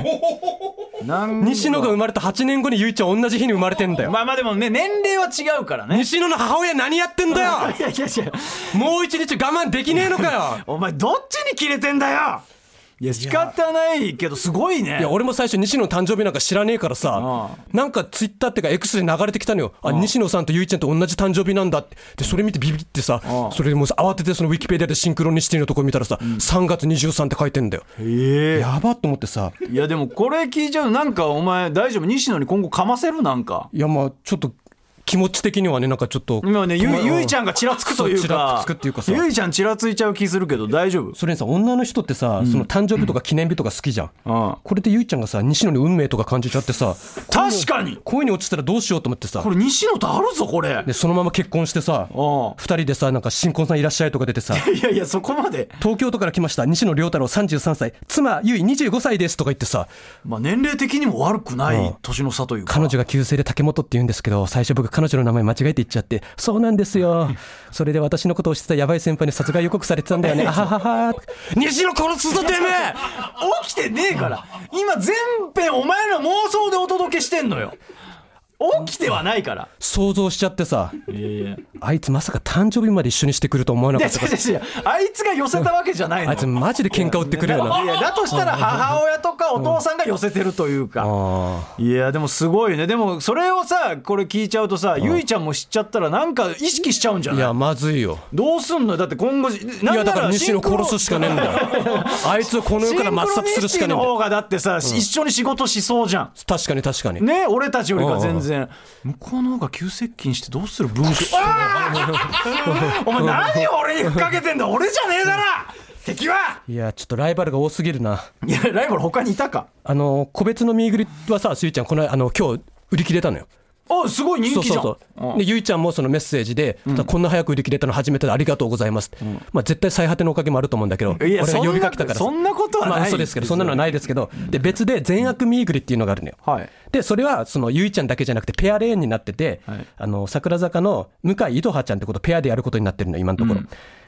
Speaker 2: なんか
Speaker 3: 西野が生まれた8年後に優ちゃん同じ日に生 (laughs) まれてんだよ
Speaker 2: まあまあでもね年齢は違うからね
Speaker 3: 西野の母親何やってんだよ
Speaker 2: いやいやいや
Speaker 3: (laughs) もう一日我慢できねえのかよ
Speaker 2: お前どっちに切れてんだよいや仕方ないけどすごいね
Speaker 3: いや俺も最初西野の誕生日なんか知らねえからさ
Speaker 2: あ
Speaker 3: なんかツイッターっていうか X で流れてきたのよあ西野さんとゆいちゃんと同じ誕生日なんだってでそれ見てビビってさ
Speaker 2: あ
Speaker 3: それでもうさ慌ててそのウィキペディアでシンクロニシティのとこ見たらさ3月23って書いてんだよ
Speaker 2: え
Speaker 3: やばっと思ってさ
Speaker 2: いやでもこれ聞いちゃうとなんかお前大丈夫西野に今後かませるなんか
Speaker 3: いやまあちょっと気持ち的にはねなんかちょっと
Speaker 2: 今ねゆ
Speaker 3: まあ
Speaker 2: ゆいちゃんがちらつくという
Speaker 3: そうちら
Speaker 2: か
Speaker 3: つくっていうかさ
Speaker 2: ゆいちゃんちらついちゃう気するけど大丈夫
Speaker 3: それにさ女の人ってさその誕生日とか記念日とか好きじゃん
Speaker 2: うん
Speaker 3: これでゆいちゃんがさ西野に運命とか感じちゃってさ
Speaker 2: 確かに
Speaker 3: 恋に落ちたらどうしようと思ってさ
Speaker 2: これ西野とあるぞこれ
Speaker 3: でそのまま結婚してさ
Speaker 2: うん
Speaker 3: 2人でさなんか新婚さんいらっしゃいとか出てさ (laughs)
Speaker 2: いやいやそこまで
Speaker 3: 東京都から来ました西野亮太郎33歳妻ゆい25歳ですとか言ってさ
Speaker 2: まあ年齢的にも悪くな
Speaker 3: うん
Speaker 2: い年の差というか
Speaker 3: 彼女が旧姓で竹本って言うんですけど最初僕彼女の名前間違えて言っちゃってそうなんですよそれで私のことをしてたやばい先輩に殺害予告されてたんだ
Speaker 2: (laughs)
Speaker 3: よねあははは西野殺すぞてめえ
Speaker 2: 起きてねえから今全編お前の妄想でお届けしてんのよ起きてはないから
Speaker 3: 想像しちゃってさ
Speaker 2: いやいや
Speaker 3: あいつまさか誕生日まで一緒にしてくると思わなか
Speaker 2: や違
Speaker 3: った
Speaker 2: う
Speaker 3: から
Speaker 2: 違う違うあいつが寄せたわけじゃないの
Speaker 3: あいつマジで喧嘩売ってくるよなあ
Speaker 2: いやだとしたら母親とかお父さんが寄せてるというか、
Speaker 3: あ
Speaker 2: いやでもすごいねでもそれをさこれ聞いちゃうとさ、ゆいちゃんも知っちゃったらなんか意識しちゃうんじゃ
Speaker 3: い
Speaker 2: ない
Speaker 3: やまずいよ
Speaker 2: どうすんのよだって今後
Speaker 3: い
Speaker 2: なん
Speaker 3: やだから西
Speaker 2: シン
Speaker 3: 野
Speaker 2: クロ
Speaker 3: 殺すしかねえんだよあいつをこの世から抹殺するし
Speaker 2: シンクロニシ
Speaker 3: かね
Speaker 2: ティの
Speaker 3: えんだよ
Speaker 2: 方がだってさ、一緒に仕事しそうじゃん
Speaker 3: 確かに確かに
Speaker 2: ね俺たちよりか全然向こうの方が急接近してどうする文章あー (laughs) お前何を俺に吹っかけてんだ俺じゃねえだろ敵はい
Speaker 3: やちょっとライバルが多すぎるない
Speaker 2: やライバル他にいたか
Speaker 3: あの個別の見ぐりはさゆいちゃんこのあの今日売り切れたのよ
Speaker 2: おすごい人気じゃん
Speaker 3: そうそうそう、
Speaker 2: うん
Speaker 3: でゆいちゃんもそのメッセージで、こんな早く売り切れたの初めてでありがとうございますって、まあ、絶対最果てのおかげもあると思うんだけど
Speaker 2: いや
Speaker 3: 俺が呼びかけたからさ
Speaker 2: そんなことはない
Speaker 3: まあ、嘘ですけどそんなのはないですけどで別で善悪見ぐりっていうのがあるのよ、
Speaker 2: はい
Speaker 3: でそれはそのゆいちゃんだけじゃなくてペアレーンになってて、
Speaker 2: はい
Speaker 3: あの桜坂の向井いとはちゃんってことペアでやることになってるのよ今のところ、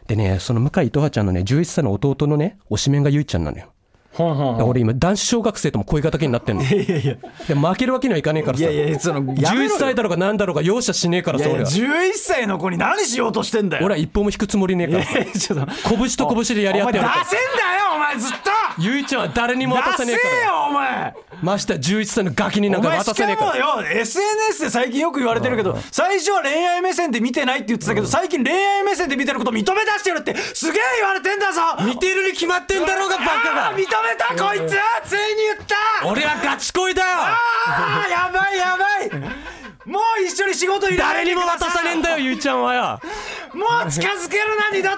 Speaker 3: でね、その向井とはちゃんのね、11歳の弟のね、推しメンがゆいちゃんなのよ。
Speaker 2: ほんほん
Speaker 3: だから俺今、男子小学生とも恋敵になってんの。
Speaker 2: いやいや
Speaker 3: で負けるわけにはいかねえから
Speaker 2: い
Speaker 3: さ。
Speaker 2: やいやそのやめろ
Speaker 3: 11
Speaker 2: よ
Speaker 3: 歳だろうが何だろうが容赦しねえから
Speaker 2: い
Speaker 3: さ、
Speaker 2: やい
Speaker 3: 俺
Speaker 2: や
Speaker 3: は。
Speaker 2: 11歳の子に何しようとしてんだよ (laughs)
Speaker 3: 俺は一歩も引くつもりねえからさ。
Speaker 2: いやちょっと
Speaker 3: 拳と拳でやり合ってや
Speaker 2: お前
Speaker 3: るから
Speaker 2: 出せんだよお前ずっと
Speaker 3: ゆいちゃんは誰にも渡さ
Speaker 2: 出
Speaker 3: ねえから
Speaker 2: せよお前
Speaker 3: ましてや11歳のガキになん
Speaker 2: お
Speaker 3: か
Speaker 2: 前
Speaker 3: 渡
Speaker 2: し
Speaker 3: さねえ
Speaker 2: か
Speaker 3: か
Speaker 2: も
Speaker 3: ら
Speaker 2: よ SNS で最近よく言われてるけど最初は恋愛目線で見てないって言ってたけど最近恋愛目線で見てること認め出してるってすげえ言われてんだぞ
Speaker 3: 見てるに決まってんだろうがバカ
Speaker 2: あー認
Speaker 3: が
Speaker 2: めたこいつついに言った
Speaker 3: 俺はガチ恋だよ
Speaker 2: あーやばいやばいもう一緒に仕事入れない
Speaker 3: 誰
Speaker 2: で
Speaker 3: に
Speaker 2: く
Speaker 3: も
Speaker 2: だ
Speaker 3: 渡さねえんだよゆいちゃんはよ
Speaker 2: もう近づけるな二度と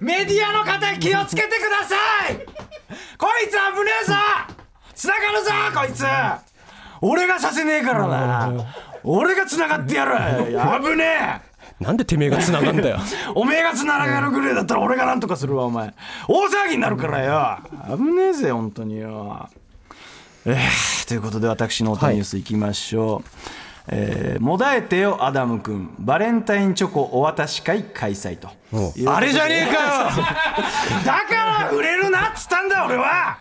Speaker 2: メディアの方気をつけてくださいこいつ危ねえぞ繋がるぞこいつ俺がさせねえからな俺が繋がってやる危ねえ
Speaker 3: なんでてめえが繋がん
Speaker 2: (laughs)
Speaker 3: だよ
Speaker 2: おめえが繋がるぐらいだったら俺がなんとかするわお前大騒ぎになるからよ危ねえぜ本当によえーということで私のお手ニュースいきましょう、えーもだえてよアダム君バレンタインチョコお渡し会開催と
Speaker 3: おう
Speaker 2: いうことで
Speaker 3: あれじゃねえかよ
Speaker 2: だから触れるなっつったんだ俺は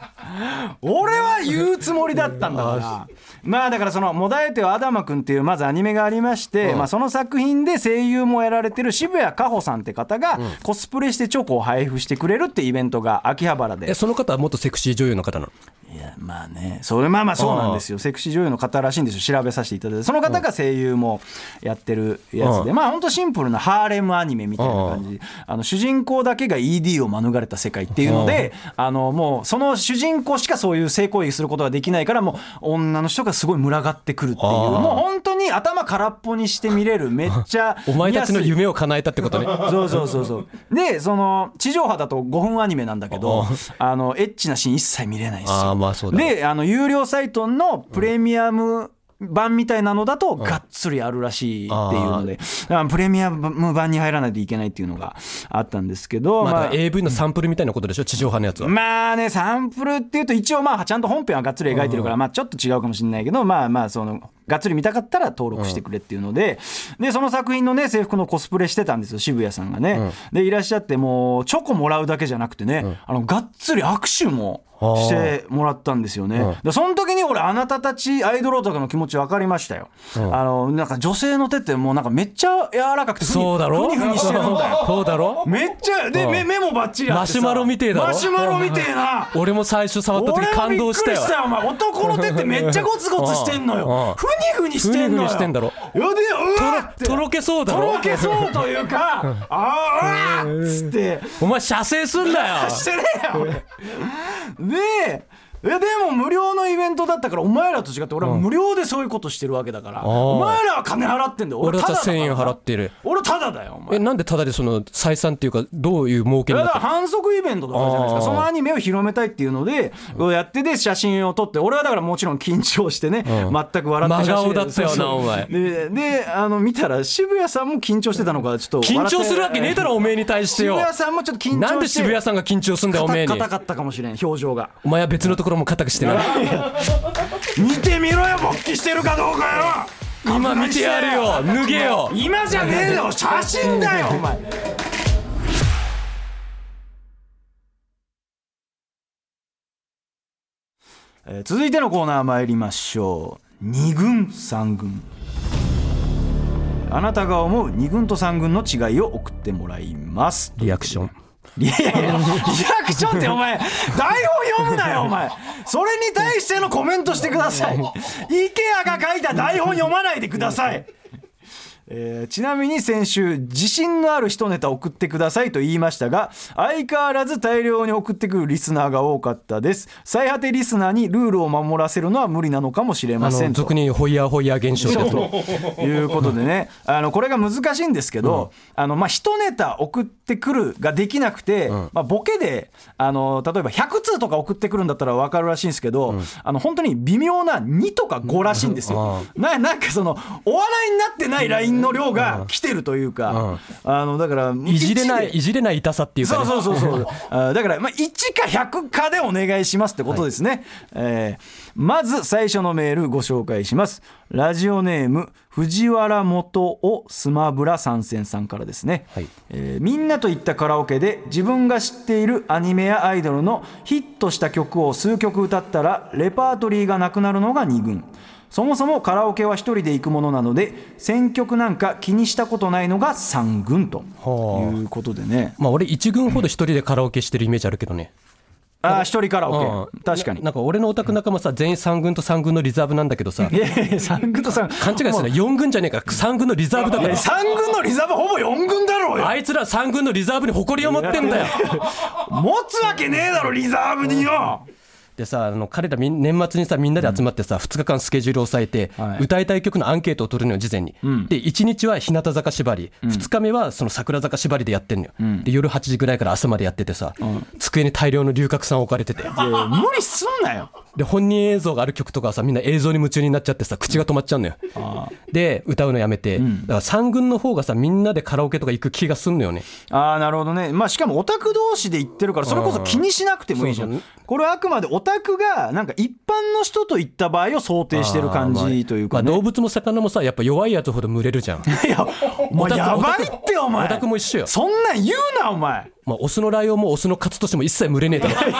Speaker 2: 俺は言うつもりだったんだからまあだからその「もだえてよアダマくん」っていうまずアニメがありまして、まあ、その作品で声優もやられてる渋谷果歩さんって方がコスプレしてチョコを配布してくれるってイベントが秋葉原で
Speaker 3: えその方は元セクシー女優の方なの
Speaker 2: いやまあねそれまあまあそうなんですよセクシー女優の方らしいんですよ調べさせていただいてその方が声優もやってるやつで
Speaker 3: う
Speaker 2: まあほんとシンプルなハーレムアニメみたいな感じあの主人公だけが ED を免れた世界っていうのであのもうその主人公しかそういう性行為することができないからもう女の人がすごい群がってくるっていう
Speaker 3: あー
Speaker 2: もう本当に頭空っぽにして見れるめっち (laughs) ゃ
Speaker 3: お前たちの
Speaker 2: 見やすい
Speaker 3: 夢を叶えたってことね
Speaker 2: そうそうそうそうでその地上波だと5分アニメなんだけどあのエッチなシーン一切見れないんですよ
Speaker 3: あーまあそうだね
Speaker 2: であの有料サイトのプレミアム版みたいなのだとがっつりあるらしいっていうので、だからプレミアム版に入らないといけないっていうのがあったんですけど、
Speaker 3: まあだ
Speaker 2: ま
Speaker 3: か
Speaker 2: あ
Speaker 3: ら AV のサンプルみたいなことでしょ地上波のやつは
Speaker 2: まあねサンプルっていうと一応まあちゃんと本編はがっつり描いてるからまあちょっと違うかもしれないけどまあまあそのがっつり見たかったら登録してくれっていうのででその作品のね制服のコスプレしてたんですよ渋谷さんがねでいらっしゃってもうチョコもらうだけじゃなくてねあのがっつり握手もしてもらったんですよねでその時に俺あなたたちアイドルオタクの気持ち分かりましたよあのなんか女性の手ってもうなんかめっちゃ柔らかくてふに
Speaker 3: そうだろ
Speaker 2: ふにふにしてるんだよ
Speaker 3: そうだろ
Speaker 2: めっちゃで
Speaker 3: うん
Speaker 2: 目目もバッチリあってさ
Speaker 3: マシュマロみてえだろ
Speaker 2: マシュマロみてえな
Speaker 3: 俺も最初触った時
Speaker 2: 俺も
Speaker 3: 感
Speaker 2: びっ
Speaker 3: 動し
Speaker 2: く
Speaker 3: た
Speaker 2: り
Speaker 3: よ
Speaker 2: したよお前男の手ってめっちゃゴツゴツしてんの
Speaker 3: うんう
Speaker 2: よ
Speaker 3: ん
Speaker 2: ふにふにしてんのよ
Speaker 3: ふにふにしてんだろ
Speaker 2: いやでうわって
Speaker 3: とろとろけそうだろ
Speaker 2: とろけそうというかあーうわっつって
Speaker 3: お前射精すんだよ
Speaker 2: してねえよでえでも無料のイベントだったからお前らと違って俺は無料でそういうことしてるわけだから
Speaker 3: ん
Speaker 2: お前らは金払ってんだよ俺
Speaker 3: 俺だ
Speaker 2: た
Speaker 3: った
Speaker 2: だ
Speaker 3: ら
Speaker 2: だか
Speaker 3: 1000
Speaker 2: ら
Speaker 3: 円払ってる
Speaker 2: 俺ただだよお前
Speaker 3: えなんでただでその採算っていうかどういう儲けに
Speaker 2: いや
Speaker 3: なっ
Speaker 2: だ
Speaker 3: て
Speaker 2: から
Speaker 3: る
Speaker 2: 反則イベントとかじゃないですか
Speaker 3: あー
Speaker 2: そのアニメを広めたいっていうのでやってで写真を撮って俺はだからもちろん緊張してね
Speaker 3: ん
Speaker 2: 全く笑って写真
Speaker 3: 真顔だったよ
Speaker 2: そ
Speaker 3: な
Speaker 2: うそう
Speaker 3: お前
Speaker 2: でであの見たら渋谷さんも緊張してたのかちょっと笑
Speaker 3: 緊
Speaker 2: って
Speaker 3: 張するわけねえだろおめえに対して
Speaker 2: 渋
Speaker 3: よ
Speaker 2: 谷さんもちょっと緊張して
Speaker 3: なんで渋谷さんが緊張すんだよおめえに
Speaker 2: 硬硬かったかもしれん表情が
Speaker 3: お前は別のところも固くしてない
Speaker 2: 見てみろよ勃起してるかどうかよ
Speaker 3: 今見てやるよ脱げよ
Speaker 2: 今じゃねえよ写真だよお前えー続いてのコーナー参りましょう二軍三軍あなたが思う二軍と三軍の違いを送ってもらいます
Speaker 3: リアクション
Speaker 2: いやいやいやリアクションってお前台本読むなよお前それに対してのコメントしてください IKEA が書いた台本読まないでくださいえーちなみに先週自信のある人ネタ送ってくださいと言いましたが相変わらず大量に送ってくるリスナーが多かったです最果てリスナーにルールを守らせるのは無理なのかもしれ
Speaker 3: あ
Speaker 2: ませ
Speaker 3: の
Speaker 2: んと
Speaker 3: 俗に言うホイヤーホイヤー現象だと
Speaker 2: ということでね、あのこれが難しいんですけど、あのまあ一ネタ送ってくるができなくて、まあボケであの例えば100通とか送ってくるんだったらわかるらしいんですけど、あの本当に微妙な2とか5らしいんですよ。ななんかそのお笑いになってないラインンの量が来てるというか、あのだから
Speaker 3: いじれない
Speaker 2: 一
Speaker 3: いじれない痛さっていうか、
Speaker 2: そ
Speaker 3: ね、
Speaker 2: うそうそうそう
Speaker 3: (laughs)
Speaker 2: あーだから、まあ、1か100かでお願いしますってことですね、えーまず最初のメールご紹介しますラジオネーム藤原元をスマブラ参戦さんからですね、
Speaker 3: はい
Speaker 2: えーみんなと行ったカラオケで自分が知っているアニメやアイドルのヒットした曲を数曲歌ったらレパートリーがなくなるのが2軍そもそもカラオケは一人で行くものなので選曲なんか気にしたことないのが3軍と
Speaker 3: はあ
Speaker 2: いうことでね、
Speaker 3: まあ俺一軍ほど一人でカラオケしてるイメージあるけどね
Speaker 2: ああ、一人カラオ
Speaker 3: うん
Speaker 2: ケ。確かに
Speaker 3: な。なんか俺のオタク仲間さ全員3軍と3軍のリザーブなんだけどさ
Speaker 2: いやいやいや、三軍と三
Speaker 3: 勘違いするな4軍じゃねえか3軍のリザーブだか
Speaker 2: 軍。(laughs)
Speaker 3: ら
Speaker 2: 三軍のリザーブほぼ四軍だろうよ。
Speaker 3: あいつら3軍のリザーブに誇りを持ってんだよ
Speaker 2: 持つわけねえだろ、リザーブによ。
Speaker 3: でさあの彼らみん年末にさみんなで集まってさ、2日間スケジュールを抑えて、
Speaker 2: はい
Speaker 3: 歌いたい曲のアンケートを取るのよ事前に、で1日は日向坂縛り、2日目はその桜坂縛りでやってんのよ、で夜8時ぐらいから朝までやっててさ、机に大量の龍角散置かれてて
Speaker 2: いやいや無理すんなよ。
Speaker 3: で本人映像がある曲とかはさみんな映像に夢中になっちゃってさ口が止まっちゃうのよで歌うのやめて、だから3軍の方がさみんなでカラオケとか行く気がすんのよね
Speaker 2: ああ、なるほどね。まあ、しかもオタク同士で言ってるから、それこそ気にしなくてもいいじゃ
Speaker 3: うんそ
Speaker 2: ん
Speaker 3: う。
Speaker 2: これはあくまでオタクが、なんか一般の人と行った場合を想定してる感じというか
Speaker 3: まあ
Speaker 2: ね。
Speaker 3: 動物も魚もさやっぱ弱いやつほど群れるじゃん
Speaker 2: いや、 (laughs) もうやばいって、お前。
Speaker 3: オタクも一緒よ
Speaker 2: そんなん言うな、お前。
Speaker 3: まあ、オスのライオンもオスのカツとしても一切群れねえだろ。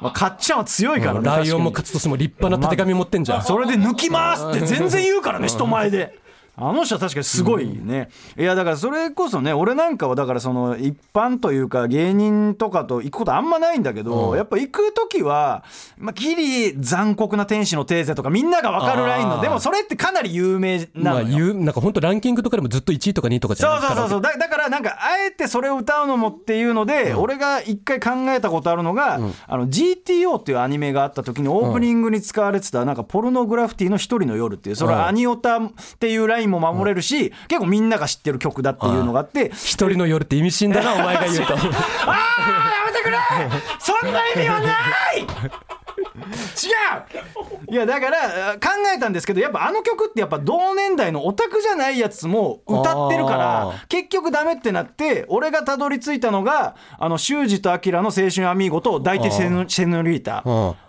Speaker 2: まあ、かっちゃんは強いからね。
Speaker 3: ライオン
Speaker 2: 確か
Speaker 3: も
Speaker 2: に
Speaker 3: カツとしても立派なたてがみ持ってんじゃん。
Speaker 2: それで抜きますって全然言うからね人前で。あの人は確かにすごいね、いやだからそれこそね俺なんかはだからその一般というか芸人とかと行くことあんまないんだけど、やっぱ行く時は、まあ、ギリ残酷な天使のテーゼとかみんなが分かるライン
Speaker 3: あ
Speaker 2: の
Speaker 3: ー
Speaker 2: でもそれってかなり有名な
Speaker 3: ま
Speaker 2: の
Speaker 3: あ、
Speaker 2: よ、
Speaker 3: 言う、なんか本当ランキングとかでもずっと1位とか2位とかじゃ
Speaker 2: そ
Speaker 3: ないうです
Speaker 2: そ
Speaker 3: か。
Speaker 2: うそうそう
Speaker 3: う。
Speaker 2: だだからなんかあえてそれを歌うのもっていうので、俺が一回考えたことあるのが、あの GTO っていうアニメがあった時にオープニングに使われてたなんかポルノグラフィティの一人の夜っていうそれはアニオタっていうラインも守れるし、結構みんなが知ってる曲だっていうのがあって。
Speaker 3: 一人の夜って意味深だな、お前が
Speaker 2: (laughs)
Speaker 3: 言うと。
Speaker 2: ああやめてくれそんな意味は (laughs) ない違ういやだからあ考えたんですけどやっぱあの曲ってやっぱ同年代のオタクじゃないやつも歌ってるか
Speaker 3: あ
Speaker 2: ら
Speaker 3: ー
Speaker 2: 結局ダメってなって俺がたどり着いたのがあの修二とアキラの青春アミーゴと大体セノセノリータ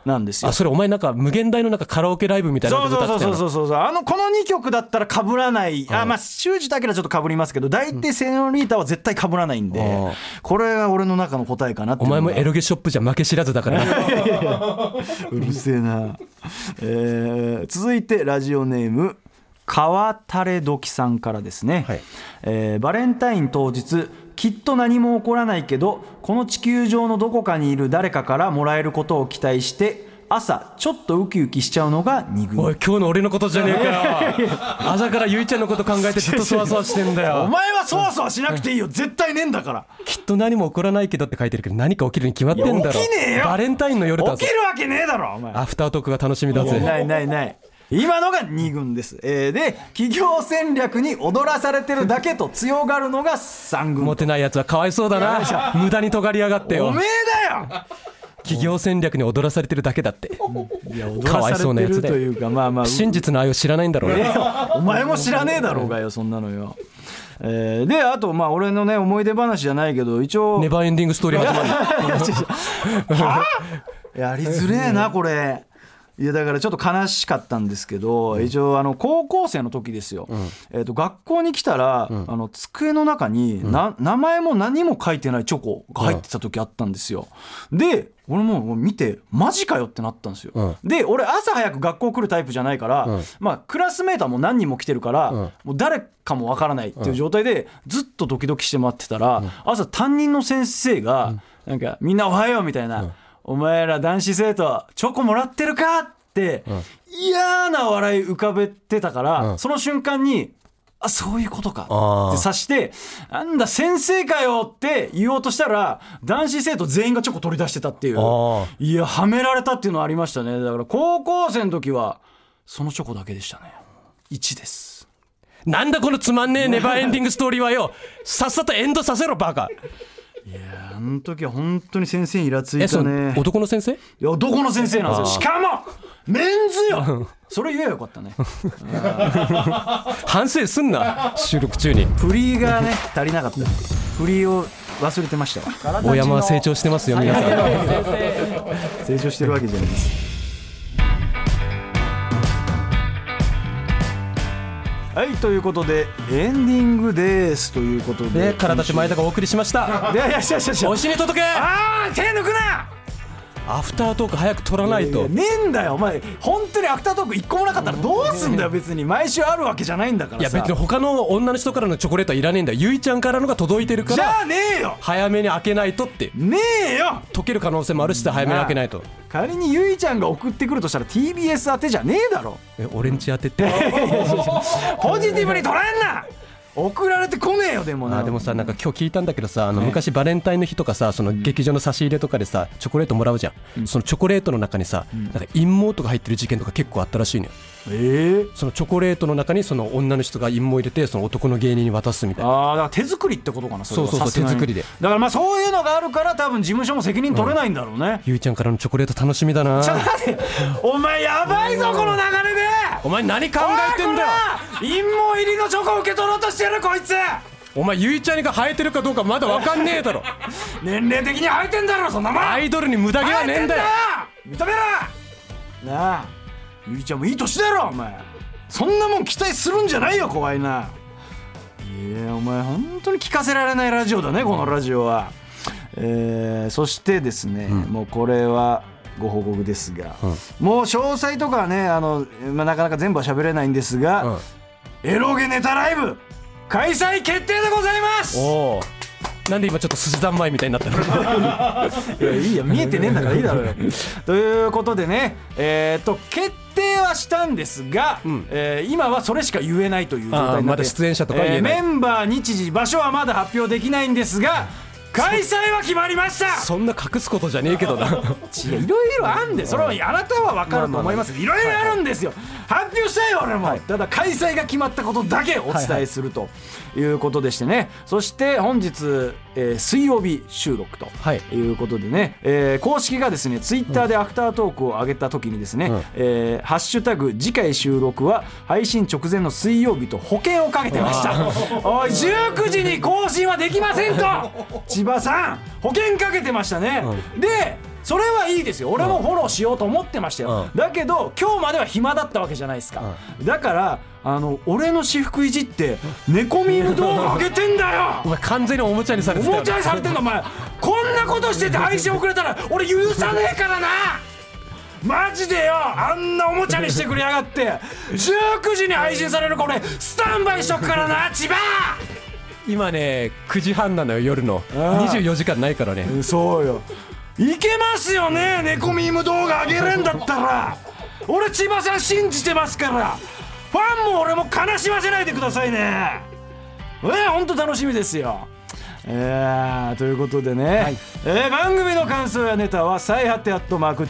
Speaker 2: なんですよ
Speaker 3: あ、。それお前なんか無限大のなんかカラオケライブみたいな
Speaker 2: そう
Speaker 3: ので歌
Speaker 2: そ
Speaker 3: って
Speaker 2: う
Speaker 3: たよな
Speaker 2: そうそうそうそうあのこの2曲だったら被らない、あまあ修二とアキラちょっと被りますけど大体セノリータは絶対被らないんで、
Speaker 3: うん
Speaker 2: これが俺の中の答えかなって
Speaker 3: お
Speaker 2: いうのが
Speaker 3: 前もエロゲショップじゃ負け知らずだからな。
Speaker 2: うるせえな、えー続いてラジオネーム川垂れ時さんからですね、
Speaker 3: はい
Speaker 2: えーバレンタイン当日きっと何も起こらないけどこの地球上のどこかにいる誰かからもらえることを期待して朝ちょっとウキウキしちゃうのが2軍
Speaker 3: おい、今日の俺のことじゃねえかよ。朝からゆいちゃんのこと考えてずっとそわそわしてんだよ。
Speaker 2: 前はそわそわしなくていいよ絶対ねえんだから
Speaker 3: きっと何も起こらないけどって書いてるけど、何か起きるに決まってんだろ。
Speaker 2: いや起きねえよ
Speaker 3: バレンタインの夜だぞ。
Speaker 2: るわけねえだろお前
Speaker 3: アフタートークが楽しみだぜ。
Speaker 2: ないないない今のが2軍です、えーで企業戦略に踊らされてるだけと強がるのが3軍
Speaker 3: モテないやつはかわいそうだ
Speaker 2: (laughs)
Speaker 3: な無駄に尖りやがってよ
Speaker 2: おめえだ
Speaker 3: 企業戦略に踊らされてるだけだって
Speaker 2: よ
Speaker 3: かわいそうなやつ
Speaker 2: とい
Speaker 3: で
Speaker 2: うかまあまあ
Speaker 3: 真実の愛を知らないんだろうね
Speaker 2: お前も知らねえだろうがよそんなのよ、えーであとまあ俺のね思い出話じゃないけど一応
Speaker 3: ネバーエンディングストーリー始まる
Speaker 2: やりづれえなこれいやだからちょっと悲しかったんですけど、一応あの高校生の時ですよ、えー、と学校に来たら、あの机の中にな、名前も何も書いてないチョコが入ってた時あったんですよ、で俺もう見てマジかよってなったんですよ、で俺朝早く学校来るタイプじゃないから、まあクラスメートはもう何人も来てるから、もう誰かもわからないっていう状態でずっとドキドキして待ってたら、朝担任の先生が、なんかみんなおはようみたいな、お前ら男子生徒チョコもらってるかって嫌な笑い浮かべてたから、その瞬間にあそういうことか
Speaker 3: あー
Speaker 2: って察してなんだ先生かよって言おうとしたら男子生徒全員がチョコ取り出してたっていう
Speaker 3: あー
Speaker 2: いやはめられたっていうのはありましたねだから高校生の時はそのチョコだけでしたね1です
Speaker 3: なんだこのつまんねえネバーエンディングストーリーはよさっさとエンドさせろバカ
Speaker 2: あの時は本当に先生にイラつい
Speaker 3: え
Speaker 2: た
Speaker 3: そ
Speaker 2: ね
Speaker 3: の男の先生
Speaker 2: いや男の先生なんですよし
Speaker 3: あー
Speaker 2: かもメンズよそれ言えばよかったね
Speaker 3: 反省すんな収録中に
Speaker 2: 振りがね足りなかった振りを忘れてましたわ
Speaker 3: 大山は成長してますよ皆さん
Speaker 2: 成長してるわけじゃないですはいということでエンディングですということで
Speaker 3: で体手前田がお送りしました
Speaker 2: いやいやいやいやいや
Speaker 3: おしに届けア
Speaker 2: ああ手抜くな
Speaker 3: フタートーク早く取らない
Speaker 2: い
Speaker 3: と
Speaker 2: やねえんだよお前本当にアフタートーク一個もなかったらどうすんだよ別に毎週あるわけじゃないんだか
Speaker 3: い
Speaker 2: ら
Speaker 3: や
Speaker 2: さ
Speaker 3: 別に他の女の人からのチョコレートはいらねえんだよゆいちゃんからのが届いてるか
Speaker 2: じゃ
Speaker 3: ら
Speaker 2: あねえよ
Speaker 3: 早めに開けないとって
Speaker 2: ねえよ
Speaker 3: 溶ける可能性もあるしさ早めに開けないと
Speaker 2: 仮にゆいちゃんが送ってくるとしたら TBS 宛てじゃねえだろ
Speaker 3: え俺んち当て (laughs) て
Speaker 2: ポジティブに捉えんな送られてこねえよでもな
Speaker 3: あでもさなんか今日聞いたんだけどさあの昔バレンタインの日とかさその劇場の差し入れとかでさチョコレートもらうじゃんそのチョコレートの中にさなんか陰謀とか入ってる事件とか結構あったらしいのよ
Speaker 2: ええ
Speaker 3: そのチョコレートの中にその女の人が陰謀入れてその男の芸人に渡すみたいな
Speaker 2: あーだから手作りってことかなそれは
Speaker 3: そうそうそう
Speaker 2: さすがに
Speaker 3: 手作りで
Speaker 2: だからまあそういうのがあるから多分事務所も責任取れないんだろうね、
Speaker 3: ゆいちゃんからのチョコレート楽しみだな
Speaker 2: ちょっと待ってお前やばいぞこの流れで
Speaker 3: お前何考えてんだ
Speaker 2: おい
Speaker 3: よ
Speaker 2: こら陰謀入りのチョコ受け取ろうとしてるこいつ
Speaker 3: お前ゆいちゃんが生えてるかどうかまだ分かんねえ (laughs) だろ
Speaker 2: 年齢的に生えてんだろそんなもん
Speaker 3: アイドルに無駄毛はねえんだよ
Speaker 2: 生えてんだよ認めろなあゆりちゃんもいい年だろお前そんなもん期待するんじゃないよ怖いないやお前本当に聞かせられないラジオだねこのラジオは、えーそしてですね、もうこれはご報告ですが、もう詳細とかはねあの、まあ、なかなか全部は喋れないんですが、エロゲネタライブ開催決定でございます
Speaker 3: おおなんで今ちょっとすじ三昧みたいになったの
Speaker 2: いやいいや見えてねえんだからいいだろう
Speaker 3: (laughs)
Speaker 2: よということでねえっと決定はしたんですが、
Speaker 3: ん
Speaker 2: えー今はそれしか言えないという状態になっ
Speaker 3: あー
Speaker 2: て
Speaker 3: まだ出演者とかは言えない
Speaker 2: メンバー日時場所はまだ発表できないんですが開催は決まりました
Speaker 3: (laughs) そんな隠すことじゃねえけどな
Speaker 2: いやいろいろあんでそれはあなたは分かると思いますいろいろあるんですよ発表したいよ俺も、ただ開催が決まったことだけお伝えするということでしてね、そして本日、えー水曜日収録と
Speaker 3: はい
Speaker 2: いうことでね、えー公式がですねツイッターでアフタートークを上げた時にですね「
Speaker 3: ん
Speaker 2: えーハッシュタグ次回収録は配信直前の水曜日」と保険をかけてましたおい19時に更新はできませんと (laughs) 千葉さん保険かけてましたね、でそれはいいですよ俺もフォローしようと思ってましたよ、だけど今日までは暇だったわけじゃないですか、だからあの俺の私服いじって猫ミーム動画上げてんだよ
Speaker 3: (laughs) お前完全におもちゃにされてた
Speaker 2: お
Speaker 3: よ
Speaker 2: もちゃにされてんのお前こんなことしてて配信遅れたら俺許さねえからなマジでよあんなおもちゃにしてくれやがって19時に配信されるこれスタンバイしとくからな千葉
Speaker 3: 今ね9時半なのよ夜の
Speaker 2: ああ
Speaker 3: 24時間ないからね
Speaker 2: そうよいけますよね猫ミーム動画上げれんだったら俺千葉さん信じてますからファンも俺も悲しませないでくださいねええ本当楽しみですよえーということでね、えー番組の感想やネタは「最果て」「アットマーク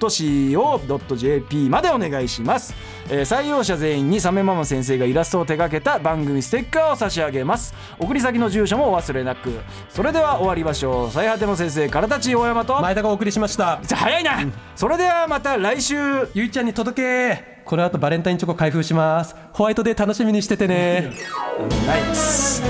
Speaker 2: TBS.CO.JP」までお願いします、えー採用者全員にサメママ先生がイラストを手掛けた番組ステッカーを差し上げます送り先の住所もお忘れなくそれでは終わりましょう最果ての先生からたち大山と、
Speaker 3: 前田がお送りしました
Speaker 2: 早いな、それではまた来週
Speaker 3: ゆいちゃんに届けこの後バレンタインチョコ開封しますホワイトデー楽しみにしててね
Speaker 2: ナイス